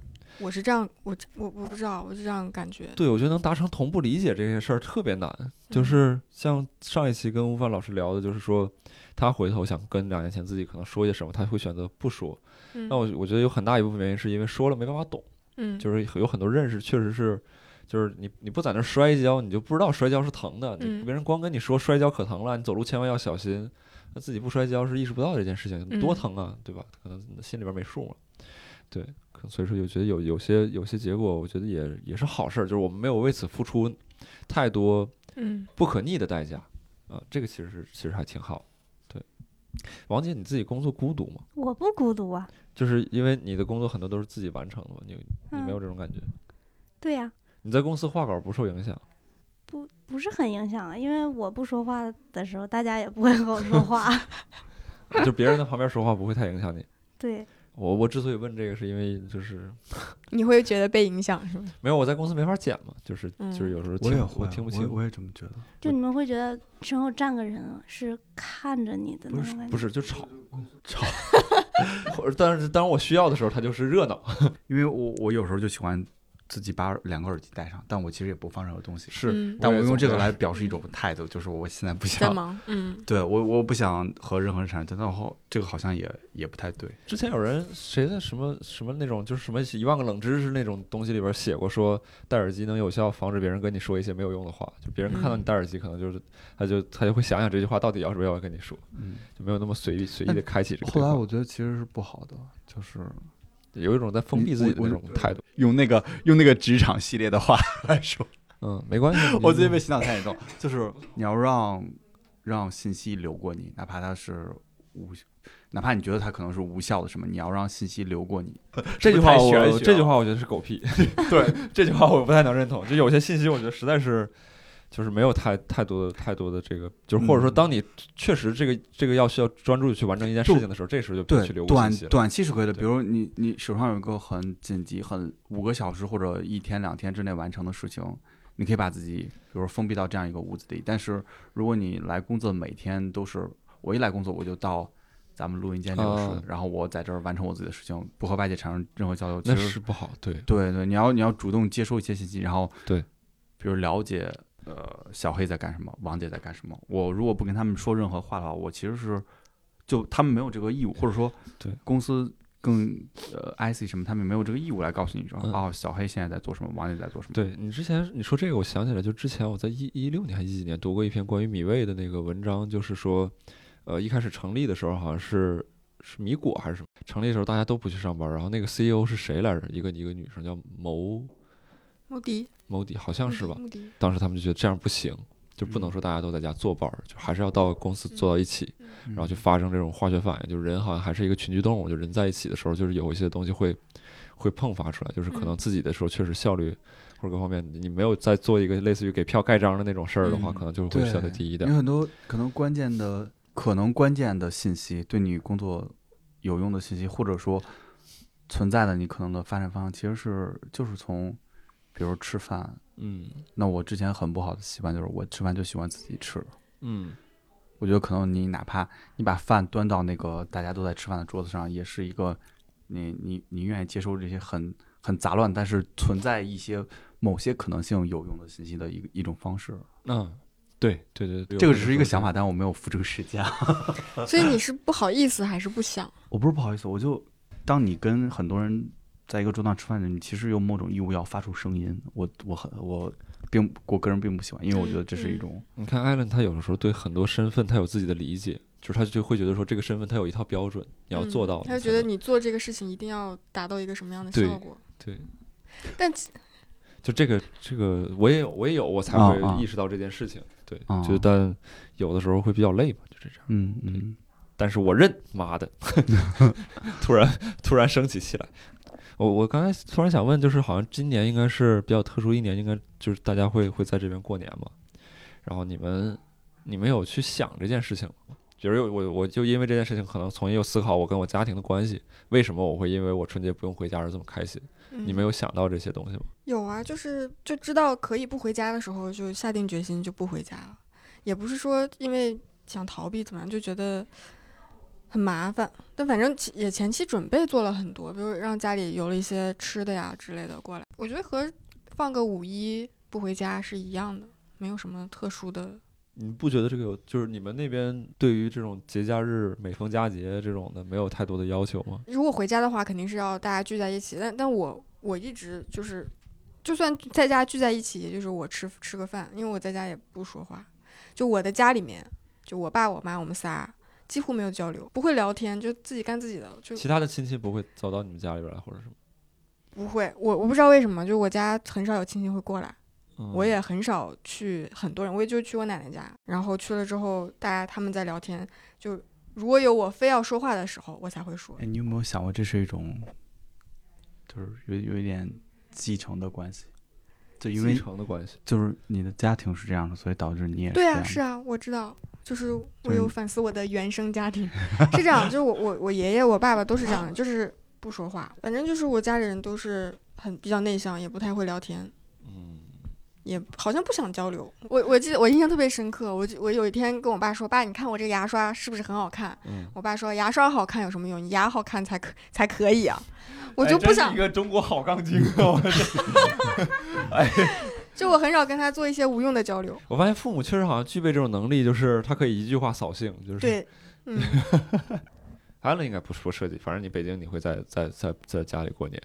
S3: 我是这样，我我我不知道，我是这样感觉。嗯
S1: 对，我觉得能达成同步理解这些事儿特别难。就是像上一期跟吴凡老师聊的，就是说他回头想跟两年前自己可能说一些什么，他会选择不说。
S3: 嗯
S1: 那我我觉得有很大一部分原因是因为说了没办法懂，
S3: 嗯，
S1: 就是有很多认识确实是，就是你你不在那儿摔跤，你就不知道摔跤是疼的。你
S3: 嗯
S1: 别人光跟你说摔跤可疼了，你走路千万要小心，那自己不摔跤是意识不到这件事情多
S3: 嗯
S1: 疼啊，对吧？可能心里边没数嘛。对，可所以说就觉得有有些有些结果，我觉得也也是好事儿，就是我们没有为此付出太多
S3: 嗯，
S1: 不可逆的代价啊、这个其实是其实还挺好。对，王姐，你自己工作孤独吗？
S4: 我不孤独啊，
S1: 就是因为你的工作很多都是自己完成的嘛，你你没有
S4: 嗯，
S1: 这种感觉？
S4: 对呀、
S1: 你在公司画稿不受影响？
S4: 不不是很影响啊，因为我不说话的时候，大家也不会和我说
S1: (laughs)
S4: 话。
S1: 就别人在旁边说话不会太影响你。
S4: 对，
S1: 我我之所以问这个，是因为就是
S3: 你会觉得被影响是吗？
S1: 没有我在公司没法剪嘛，就是就是
S3: 嗯
S1: 有时候
S2: 我
S1: 听
S2: 也
S1: 我
S2: 会，啊
S1: 听不
S2: 我也
S1: 清，
S2: 我也这么觉得。
S4: 就你们会觉得身后站个人啊是看着你嗯的那
S2: 不
S4: 种感
S1: 不
S4: 觉。
S1: 是就吵
S2: 吵，
S1: (laughs) 或者但是当我需要的时候，它就是热闹。
S2: 因为我我有时候就喜欢自己把两个耳机戴上，但我其实也不放任何东西，
S1: 是，
S3: 嗯
S2: 但我用这个
S1: 总
S2: 来表示一种态度，就是我现在不
S3: 在
S1: 啊
S2: 想，
S3: 忙。嗯，
S2: 对我我不想和任何人产生争斗，后这个好像也也不太对。
S1: 之前有人谁在什么什么那种就是什么一万个冷知识那种东西里边写过说戴耳机能有效防止别人跟你说一些没有用的话，就别人看
S2: 嗯
S1: 到你戴耳机，可能就是他就他就会想想这句话到底要不要跟你说，
S2: 嗯，
S1: 就没有那么随意随意的开启这个对
S2: 后
S1: 话。
S2: 来我觉得其实是不好的，就是
S1: 有一种在封闭自己的
S2: 我
S1: 那
S2: 我
S1: 种态度。
S2: 用那个用那个职场系列的话 (laughs) 来说，
S1: 嗯，没关系，
S2: (laughs) 我最近被洗脑太严 (laughs) 重，就是你要让让信息流过你，哪怕它是无。哪怕你觉得它可能是无效的什么，你要让信息流过你。
S1: 这句话
S2: 是不是太玄
S1: 我
S2: 学
S1: 这句
S2: 了
S1: 话我觉得是狗
S2: (laughs)
S1: 屁，对这句话我不太能认同。就有些信息我觉得实在是就是没有太太多的太多的这个，就是或者说
S2: 嗯
S1: 当你确实这个这个要需要专注地去完成一件事
S2: 就
S1: 情的时候，这时候就不
S2: 对
S1: 去留，过
S2: 短
S1: 信息了。
S2: 短期是可以的，
S1: 对
S2: 比如你你手上有一个很紧急、很五个小时或者一天两天之内完成的事情，你可以把自己，比如说封闭到这样一个屋子里。但是如果你来工作，每天都是我一来工作我就到咱们录音间这个室，
S1: 啊
S2: 然后我在这儿完成我自己的事情，不和外界产生任何交流，其
S1: 那
S2: 实
S1: 是不好，对，
S2: 对对，你要你要主动接收一些信息，然后
S1: 对，
S2: 比如了解呃小黑在干什么，王姐在干什么。我如果不跟他们说任何话的话，我其实是就他们没有这个义务，或者说
S1: 对
S2: 公司更呃 IC 什么，他们没有这个义务来告诉你说、
S1: 嗯
S2: 哦，小黑现在在做什么，王姐在做什么。
S1: 对你之前你说这个，我想起来，就之前我在一一六年还一几年读过一篇关于米味的那个文章，就是说，呃，一开始成立的时候好像是是米果还是什么，成立的时候大家都不去上班，然后那个 CEO 是谁来着？一个一个女生叫牟
S3: 穆迪，
S1: 牟迪，好像是吧？
S3: 穆
S1: (laughs)
S3: 迪，
S1: 当时他们就觉得这样不行，就不能说大家都在家坐班儿，就还是要到公司坐到一起，
S2: 嗯，
S1: 然后就发生这种化学反应，就是人好像还是一个群居动物，就人在一起的时候，就是有一些东西会会迸发出来，就是可能
S4: 嗯
S1: 自己的时候确实效率或者各方面，你没有再做一个类似于给票盖章的那种事儿的话，
S2: 嗯
S1: 可能就会
S2: 对
S1: 效率低一
S2: 有
S1: 点。嗯
S2: 很多可能关键的、可能关键的信息，对你工作有用的信息，或者说存在的你可能的发展方向，其实是就是从，比如吃饭。
S1: 嗯
S2: 那我之前很不好的习惯就是我吃饭就喜欢自己吃。
S1: 嗯
S2: 我觉得可能你哪怕你把饭端到那个大家都在吃饭的桌子上，也是一个你你你愿意接收这些很很杂乱，但是存在一些某些可能性有用的信息的一个一种方式。
S1: 嗯，对对对，对
S2: 这
S1: 我跟
S2: 个只
S1: 你
S2: 是一个
S1: 说
S2: 想法，但我没有付这个实践。
S3: 所以你是不好意思还是不想？
S2: 我不是不好意思，我就当你跟很多人在一个桌上吃饭的时候，你其实有某种义务要发出声音。我我很我并我个人并不喜欢，因为我觉得这是一种
S1: 嗯你看艾伦，他有的时候对很多身份他有自己的理解，就是他就会觉得说这个身份他有一套标准，你要做到
S3: 嗯
S1: 才
S3: 他
S1: 能。
S3: 就觉得你做这个事情一定要达到一个什么样的
S1: 对
S3: 效果？
S1: 对，
S3: 但
S1: (laughs) 就这个这个我也有我也有，我才
S2: 啊
S1: 会
S2: 啊
S1: 意识到这件事情。对，
S2: 啊
S1: 就但有的时候会比较累嘛，就是这样。
S2: 嗯嗯
S1: 但是我认，妈的， (laughs) 突然突然生起气来。我我刚才突然想问，就是好像今年应该是比较特殊一年，应该就是大家会会在这边过年嘛？然后你们你们有去想这件事情吗？比如我我就因为这件事情，可能重新又思考我跟我家庭的关系，为什么我会因为我春节不用回家而这么开心？你们
S3: 有
S1: 有想到这些东西吗？
S3: 有啊？就是就知道可以不回家的时候，就下定决心就不回家了，也不是说因为想逃避怎么样，就觉得很麻烦。但反正其也前期准备做了很多，比如让家里有了一些吃的呀之类的过来。我觉得和放个五一不回家是一样的，没有什么特殊的。
S1: 你不觉得这个有就是你们那边对于这种节假日、每逢佳节这种的没有太多的要求吗？
S3: 如果回家的话，肯定是要大家聚在一起。但但我我一直就是，就算在家聚在一起，也就是我吃吃个饭，因为我在家也不说话。就我的家里面，就我爸、我妈，我们仨几乎没有交流，不会聊天，就自己干自己的，就
S1: 其他的亲戚不会走到你们家里边来，或者什么？
S3: 不会。我我不知道为什么，就我家很少有亲戚会过来。
S1: 嗯
S3: 我也很少去很多人，我也就去我奶奶家，然后去了之后，大家他们在聊天，就如果有我非要说话的时候，我才会说
S2: 哎，。你有没有想过这是一种，就是有有一点继承的关系？就因
S1: 继
S2: 为
S1: 承的关系。
S2: 就是你的家庭是这样的，所以导致你也
S3: 对
S2: 这
S3: 啊，
S2: 样
S3: 是
S2: 的
S3: 啊，我知道，就是我
S2: 是
S3: 有
S2: 你
S3: 反思我的原生家庭， (laughs) 是这样，就是我我我爷爷我爸爸都是这样的，就是不说话，反正就是我家里人都是很比较内向，也不太会聊天，
S1: 嗯，
S3: 也好像不想交流。我我记得我印象特别深刻，我就我有一天跟我爸说，爸，你看我这个牙刷是不是很好看？
S1: 嗯
S3: 我爸说牙刷好看有什么用？你牙好看才可才可以啊！
S1: 哎
S3: 我就不想，
S5: 个中国好杠精哦！
S3: 就我很少跟他做一些无用的交流。
S1: 我发现父母确实好像具备这种能力，就是他可以一句话扫兴，就是。
S3: 对，嗯，
S1: 安了应该不说设计，反正你北京你会在在在在家里过年，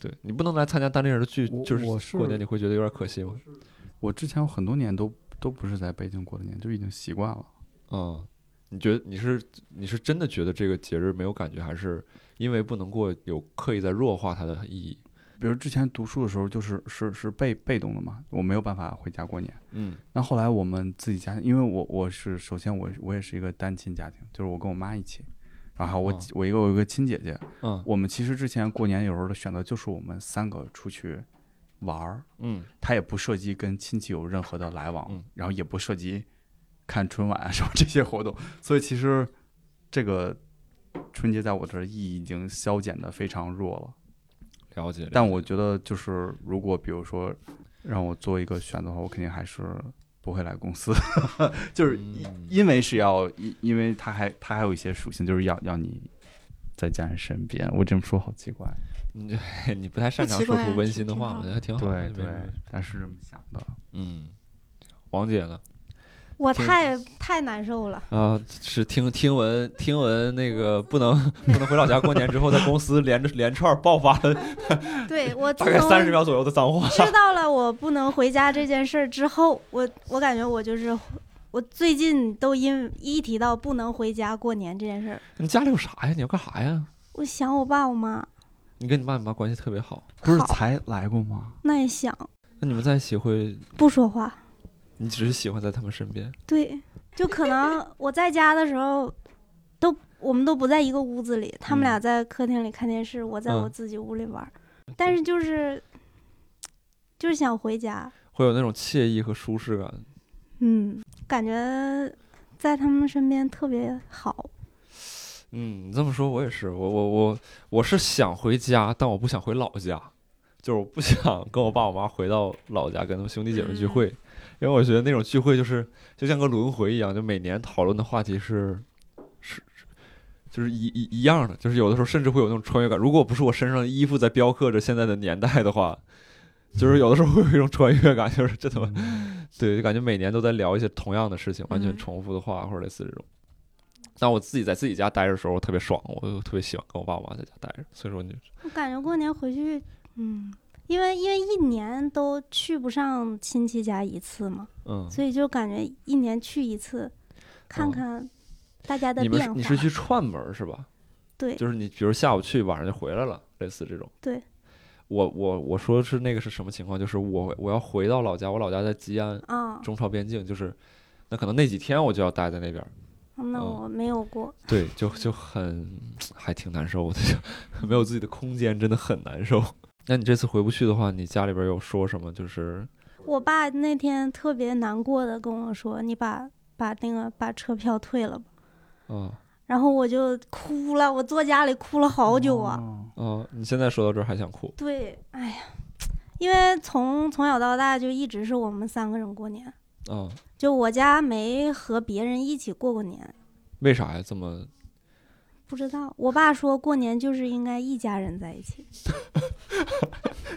S1: 对你不能来参加单立人的聚，
S2: 我
S1: 就
S2: 我
S1: 是
S2: 是
S1: 过年你会觉得有点可惜吗？
S2: (laughs) 我之前有很多年都都不是在北京过的年，就已经习惯了。
S1: 嗯，你觉得你是你是真的觉得这个节日没有感觉，还是因为不能过有刻意在弱化它的意义？
S2: 比如之前读书的时候，就是是是被被动的嘛，我没有办法回家过年。
S1: 嗯
S2: 那后来我们自己家，因为我我是首先我我也是一个单亲家庭，就是我跟我妈一起，然后我、
S1: 哦
S2: 我一个我有一个亲姐姐，
S1: 嗯
S2: 我们其实之前过年有时候的选择就是我们三个出去玩儿，
S1: 嗯
S2: 他也不涉及跟亲戚有任何的来往，
S1: 嗯
S2: 然后也不涉及看春晚啊什么这些活动，所以其实这个春节在我这儿意义已经消减的非常弱了。
S1: 了解。
S2: 但我觉得就是如果比如说让我做一个选择的话，我肯定还是不会来公司， (laughs) 就是因
S1: 嗯
S2: 因为是要因因为他还他还有一些属性，就是要要你。在家人身边，我这么说好奇怪。
S1: 你 (laughs) 你不太擅
S3: 不
S1: 长
S3: 奇
S1: 说
S3: 怪
S1: 出
S3: 啊
S1: 温
S3: 挺
S1: 馨的
S3: 挺
S1: 话，
S3: 好
S1: 我觉得还挺好的。
S2: 哦
S1: 没
S2: 对对
S1: 什么，
S2: 但是这么想的。
S1: 嗯，王姐呢？
S4: 我
S1: 对
S4: 太太难受了。
S1: 啊，是听听闻听闻那个不能不能回老家过年之后，在公司连着连串爆发了
S4: 对我自
S1: 大概
S4: 从
S1: 三十秒左右的脏话。
S4: 知道了我不能回家这件事儿之后，我我感觉我就是我最近都因一提到不能回家过年这件事儿，
S1: (laughs) 你家里有啥呀？你要干啥呀？
S4: 我想我爸我妈，
S1: 你跟你爸你妈关系特别好，
S2: 不是
S4: 好
S2: 才来过吗？
S4: 那也想
S1: 那你们在一起会，
S4: 不说话。
S1: 你只是喜欢在他们身边。
S4: 对，就可能我在家的时候，都我们都不在一个屋子里，他们
S1: 嗯
S4: 俩在客厅里看电视，我在我
S1: 嗯
S4: 自己屋里玩儿。但是就是就是想回家，
S1: 会有那种惬意和舒适感。
S4: 嗯，感觉在他们身边特别好。
S1: 嗯，你这么说，我也是，我我我我是想回家，但我不想回老家，就是我不 (laughs) 想跟我爸我妈回到老家，跟他们兄弟姐妹聚会，因为我觉得那种聚会就是就像个轮回一样，就每年讨论的话题是是是就是一一一样的，就是有的时候甚至会有那种穿越感。如果不是我身上的衣服在雕刻着现在的年代的话，就是有的时候会有一种穿越感，就是这他妈对，就感觉每年都在聊一些同样的事情，完全
S3: 嗯
S1: 重复的话或者类似这种。但我自己在自己家待着的时候特别爽，我就特别喜欢跟我爸我妈在家待着，所以说你
S4: 我感觉过年回去，嗯，因为因为一年都去不上亲戚家一次嘛，
S1: 嗯，
S4: 所以就感觉一年去一次，看
S1: 哦
S4: 看大家的
S1: 你们是
S4: 变化。
S1: 你是去串门儿是吧？
S4: 对
S1: 就是你比如下午去，晚上就回来了，类似这种。
S4: 对，
S1: 我我我说的是那个是什么情况？就是我我要回到老家，我老家在吉安，
S4: 啊、
S1: 中朝边境，就是那可能那几天我就要待在那边儿，
S4: 那
S1: 嗯
S4: 我没有过，
S1: 对，就就很还挺难受的，就 (laughs) 没有自己的空间，真的很难受。 (laughs) 那你这次回不去的话，你家里边儿有说什么？就是
S4: 我爸那天特别难过的跟我说：“你把把那个把车票退了吧。
S1: 啊”
S4: 然后我就哭了，我坐家里哭了好久啊。
S2: 哦
S1: 啊，你现在说到这儿还想哭？
S4: 对，哎呀，因为从从小到大就一直是我们三个人过年，
S1: 啊，
S4: 就我家没和别人一起过过年，
S1: 为啥呀？这么
S4: 不知道。我爸说过年就是应该一家人在一起，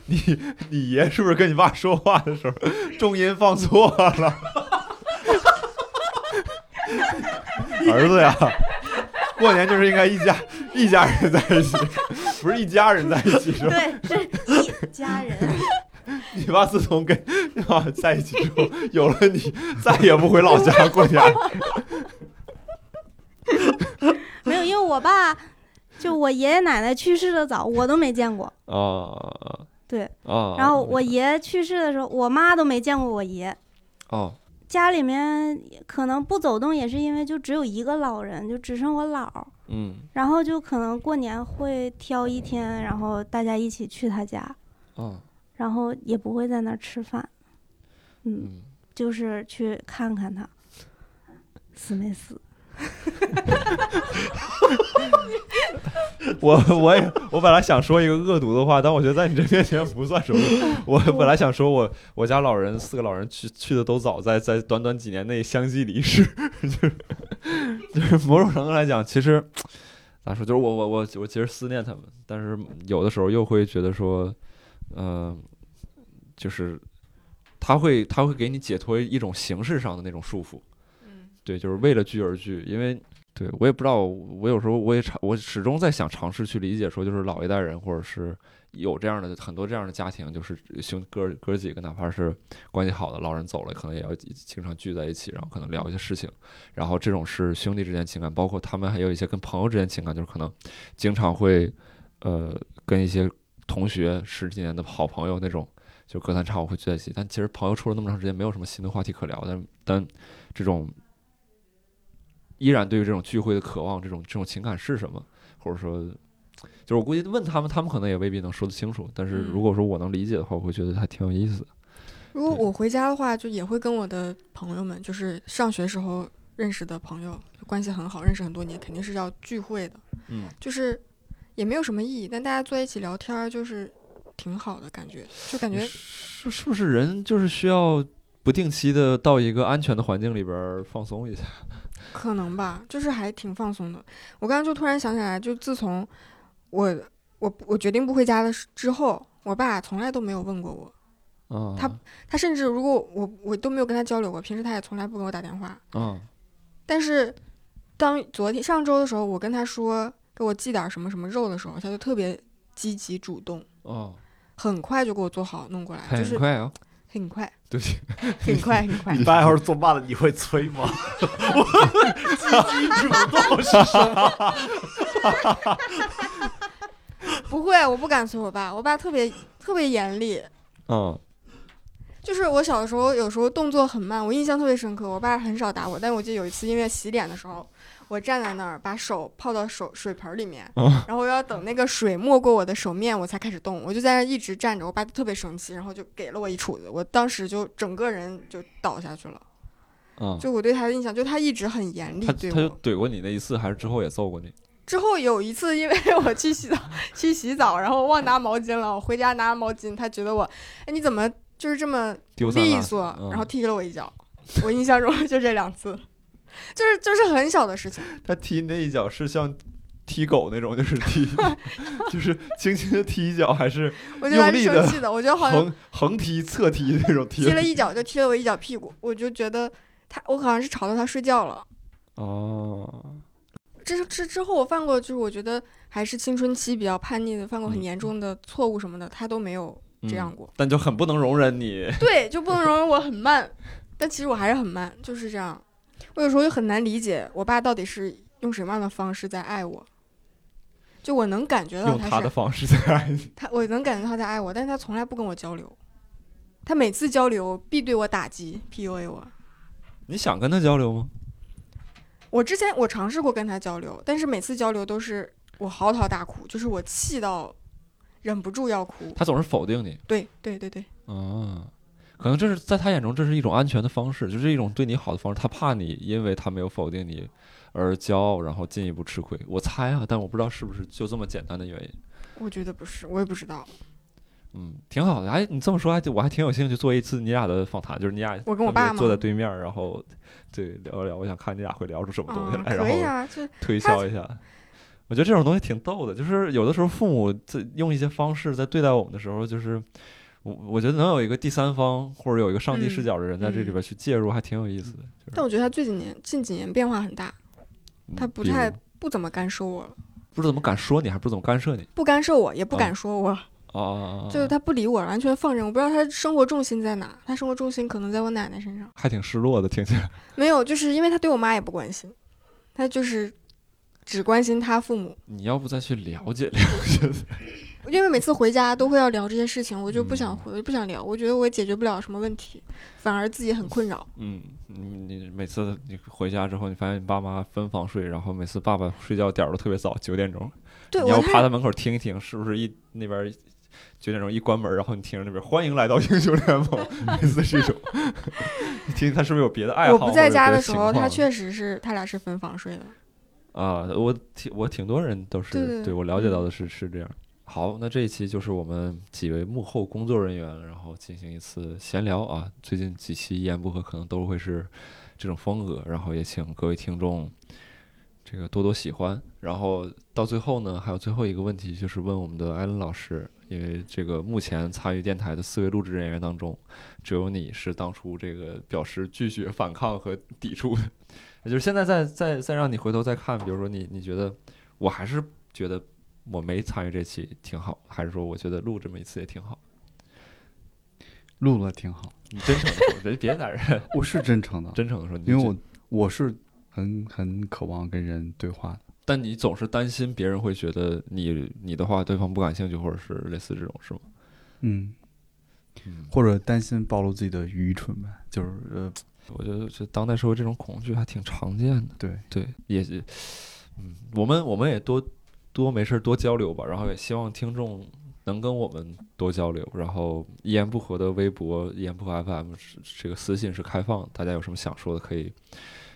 S1: 你你爷是不是跟你爸说话的时候重音放错了？ (laughs) 儿子呀，过年就是应该一家一家人在一起，不是一家人在一起，是吧？
S4: 对，这一家人。
S1: 你爸自从跟你爸在一起之后，有了你，再也不回老家过年。
S4: 没有，因为我爸就我爷爷奶奶去世的早，我都没见过。
S1: 啊
S4: 对，
S1: 啊
S4: 然后我爷去世的时候，我妈都没见过我爷。
S1: 哦
S4: 家里面可能不走动，也是因为就只有一个老人，就只剩我姥儿。
S1: 嗯
S4: 然后就可能过年会挑一天，然后大家一起去他家，
S1: 啊
S4: 然后也不会在那儿吃饭，嗯，
S1: 嗯，
S4: 就是去看看他死没死。
S1: (laughs) 我我也我本来想说一个恶毒的话，但我觉得在你这面前不算什么。我本来想说我我家老人四个老人去去的都早，在在短短几年内相继离世， (laughs) 就是就是某种程度来讲，其实咋说，就是我我我我其实思念他们，但是有的时候又会觉得说，嗯、就是他会他会给你解脱一种形式上的那种束缚，
S3: 嗯
S1: 对，就是为了聚而聚，因为对我也不知道，我有时候我也尝，我始终在想尝试去理解，说就是老一代人或者是有这样的很多这样的家庭，就是兄哥哥几个，哪怕是关系好的老人走了，可能也要经常聚在一起，然后可能聊一些事情，然后这种是兄弟之间情感，包括他们还有一些跟朋友之间情感，就是可能经常会呃跟一些同学十几年的好朋友那种。就隔三差五会聚在一起，但其实朋友处了那么长时间，没有什么新的话题可聊。但但这种依然对于这种聚会的渴望，这种这种情感是什么，或者说，就是我估计问他们，他们可能也未必能说得清楚。但是
S3: 嗯
S1: 如果说我能理解的话，我会觉得还挺有意思的。
S3: 如果
S1: 对
S3: 我回家的话，就也会跟我的朋友们，就是上学时候认识的朋友，关系很好，认识很多年，肯定是要聚会的。
S1: 嗯，
S3: 就是也没有什么意义，但大家坐在一起聊天，儿，就是挺好的感觉，就感觉
S1: 是是不是人就是需要不定期的到一个安全的环境里边儿放松 (laughs) 一下？
S3: 可能吧，就是还挺放松的。我刚刚就突然想起来，就自从我我我决定不回家的时之后，我爸从来都没有问过我，
S1: 啊，
S3: 他他甚至如果我我都没有跟他交流过，平时他也从来不给我打电话。
S1: 啊
S3: 但是当昨天上周的时候，我跟他说给我寄点儿什么什么肉的时候，他就特别积极主动，
S1: 啊，
S3: 很快就给我做好弄过来，就
S1: 很
S3: 是
S1: 快啊，
S3: 很快，
S1: (laughs) 对不起，
S3: 很快，很
S1: (laughs)
S6: (laughs)
S3: 快。
S6: 你爸要是做慢了，你会催吗？积极主动是
S3: 不会，我不敢催我爸，我爸特别特别严厉。
S1: 啊
S3: 就是我小的时候，有时候动作很慢，我印象特别深刻。我爸很少打我，但我记得有一次，因为洗脸的时候，我站在那儿，把手泡到手水盆儿里面，
S5: 嗯
S3: 然后我要等那个水没过我的手面，我才开始动。我就在那儿一直站着，我爸特别生气，然后就给了我一杵子。我当时就整个人就倒下去了。
S1: 嗯，
S3: 就我对他的印象，就他一直很严厉
S1: 他
S3: 对
S1: 他就
S3: 我。
S1: 怼过你那一次，还是之后也揍过你？
S3: 之后有一
S1: (laughs)
S3: 次，因为我去洗澡，去洗澡，然后忘拿毛巾了，我回家拿毛巾，他觉得我，哎，你怎么就是这么
S1: 丢三
S3: 利
S1: 落四
S3: 索，
S1: 嗯
S3: 然后踢了我一脚。我印象中 (laughs) 就这两次，就是就是很小的事情。
S1: 他踢那一脚是像踢狗那种，就是
S3: (laughs)
S1: 踢，就是轻轻的踢一脚，还是
S3: 我觉得他
S1: 用
S3: 是
S1: 力
S3: 生
S1: 地
S3: 气的，我觉得好像
S1: 横踢、侧踢那种
S3: 踢了
S1: (laughs)
S3: 一脚就踢了我一脚屁股，我就觉得他，我好像是吵到他睡觉了。
S5: 哦，
S3: 之之之后，我犯过就是我觉得还是青春期比较叛逆的，犯过很
S1: 嗯
S3: 严重的错误什么的，他都没有这样过。
S1: 但就很不能容忍你。
S3: 对，就不能容忍我很慢，但其实我还是很慢，就是这样。我有时候就很难理解我爸到底是用什么样的方式在爱我。就我能感觉到
S1: 用
S3: 他
S1: 他
S3: 是
S1: 的方式在爱你， (laughs)
S3: 他我能感觉到他在爱我，但是他从来不跟我交流。他每次交流必对我打击，PUA 我。
S1: 你想跟他交流吗？
S3: 我之前我尝试过跟他交流，但是每次交流都是我嚎啕大哭，就是我气到忍不住要哭。
S1: 他总是否定你
S3: 对对对对，
S1: 啊，可能这是在他眼中这是一种安全的方式，就是一种对你好的方式。他怕你因为他没有否定你而骄傲，然后进一步吃亏。我猜啊，但我不知道是不是就这么简单的原因。
S3: 我觉得不是，我也不知道。
S1: 嗯，挺好的。哎，你这么说还我还挺有兴趣做一次你俩的访谈，就是你俩
S3: 我跟我
S1: 分别
S3: 爸吗
S1: 坐在对面，然后对聊一聊，我想看你俩会聊出什么东西
S3: 啊，
S1: 来，
S3: 可以
S1: 然后
S3: 啊，就
S1: 推
S3: 他
S1: 销一下。我觉得这种东西挺逗的，就是有的时候父母在用一些方式在对待我们的时候，就是我我觉得能有一个第三方或者有一个上帝视
S3: 嗯
S1: 角的人在这里
S3: 嗯
S1: 边去介入，还挺有意思的。就是
S3: 但我觉得他最近年近几年变化很大，他
S1: 嗯
S3: 不
S1: 比如
S3: 太不怎么干涉我了，
S1: 不是怎么敢说你，还不是怎么干涉你
S3: 不干涉我，也不
S1: 啊
S3: 敢说我，
S1: 啊啊啊啊！
S3: 就是他不理我了，完全放任。我不知道他生活重心在哪，他生活重心可能在我奶奶身上。
S1: 还挺失落的，听起来。
S3: 没有，就是因为他对我妈也不关心，他就是只关心他父母。
S1: (laughs) 你要不再去了解了解？
S3: 因为每次回家都会要聊这些事情，我就不想
S1: 嗯
S3: 回，不想聊。我觉得我解决不了什么问题，反而自己很困扰。
S1: 嗯，你你每次你回家之后，你发现你爸妈分房睡，然后每次爸爸睡觉点儿都特别早，九点钟，
S3: 对
S1: 你
S3: 我
S1: 要趴
S3: 太
S1: 在门口听一听，是不是一那边九点钟一关门，然后你听着那边欢迎来到英雄联盟，类似这种， (laughs) 你听他是不是有别的爱好？
S3: 我不在家的时
S1: 或
S3: 候，
S1: 者别
S3: 他
S1: 的情
S3: 确实是他俩是分房睡的。
S1: 况啊，我挺我挺多人都是
S3: 对对对
S1: 我了解到的是是这样。好，那这一期就是我们几位幕后工作人员，然后进行一次闲聊啊。最近几期一言不合可能都会是这种风格，然后也请各位听众这个多多喜欢。然后到最后呢，还有最后一个问题就是问我们的艾伦老师，因为这个目前参与电台的四位录制人员当中，只有你是当初这个表示拒绝、反抗和抵触的， (laughs) 也就是现在再再再让你回头再看，比如说你你觉得我还是觉得我没参与这期挺好，还是说我觉得录这么一次也挺好？
S2: 录了挺好，
S1: 你真诚的说，人别打人， (laughs)
S2: 我是真诚的，
S1: 真诚的说，你
S2: 因为
S1: 就
S2: 我我是很很渴望跟人对话的。
S1: 但你总是担心别人会觉得你你的话对方不感兴趣，或者是类似这种是吗？
S2: 嗯
S1: 嗯，
S2: 或者担心暴露自己的愚蠢呗，就是呃，
S1: 我觉得这当代社会这种恐惧还挺常见的。
S2: 对，
S1: 对，也是，嗯，我们我们也多多没事儿多交流吧，然后也希望听众能跟我们多交流，然后一言不合的微博、一言不合 FM 是这个私信是开放的，大家有什么想说的可以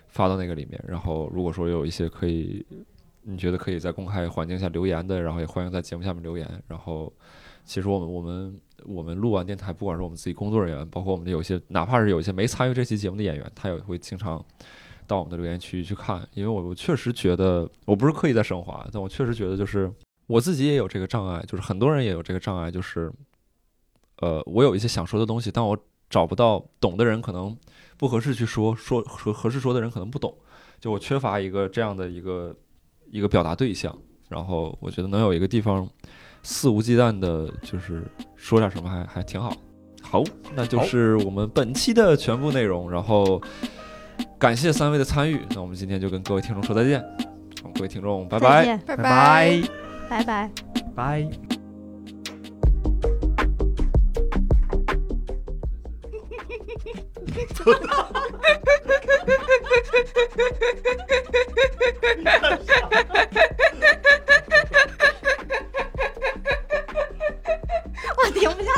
S1: 发到那个里面，然后如果说有一些可以你觉得可以在公开环境下留言的，然后也欢迎在节目下面留言，然后。其实我们我们我们录完电台，不管是我们自己工作人员，包括我们的有一些，哪怕是有一些没参与这期节目的演员，他也会经常到我们的留言区去看，因为我我确实觉得我不是刻意在升华，但我确实觉得就是我自己也有这个障碍，就是很多人也有这个障碍，就是呃，我有一些想说的东西，但我找不到懂的人，可能不合适去说，说合合适说的人可能不懂，就我缺乏一个这样的一个一个表达对象，然后我觉得能有一个地方肆无忌惮的，就是说点什么还还挺好。好，那就是我们本期的全部内容，然后。感谢三位的参与，那我们今天就跟各位听众说再见，好各位听众，拜拜
S4: 再。见，
S3: 拜
S6: 拜拜。
S4: 拜拜。
S6: 拜。
S7: 停不下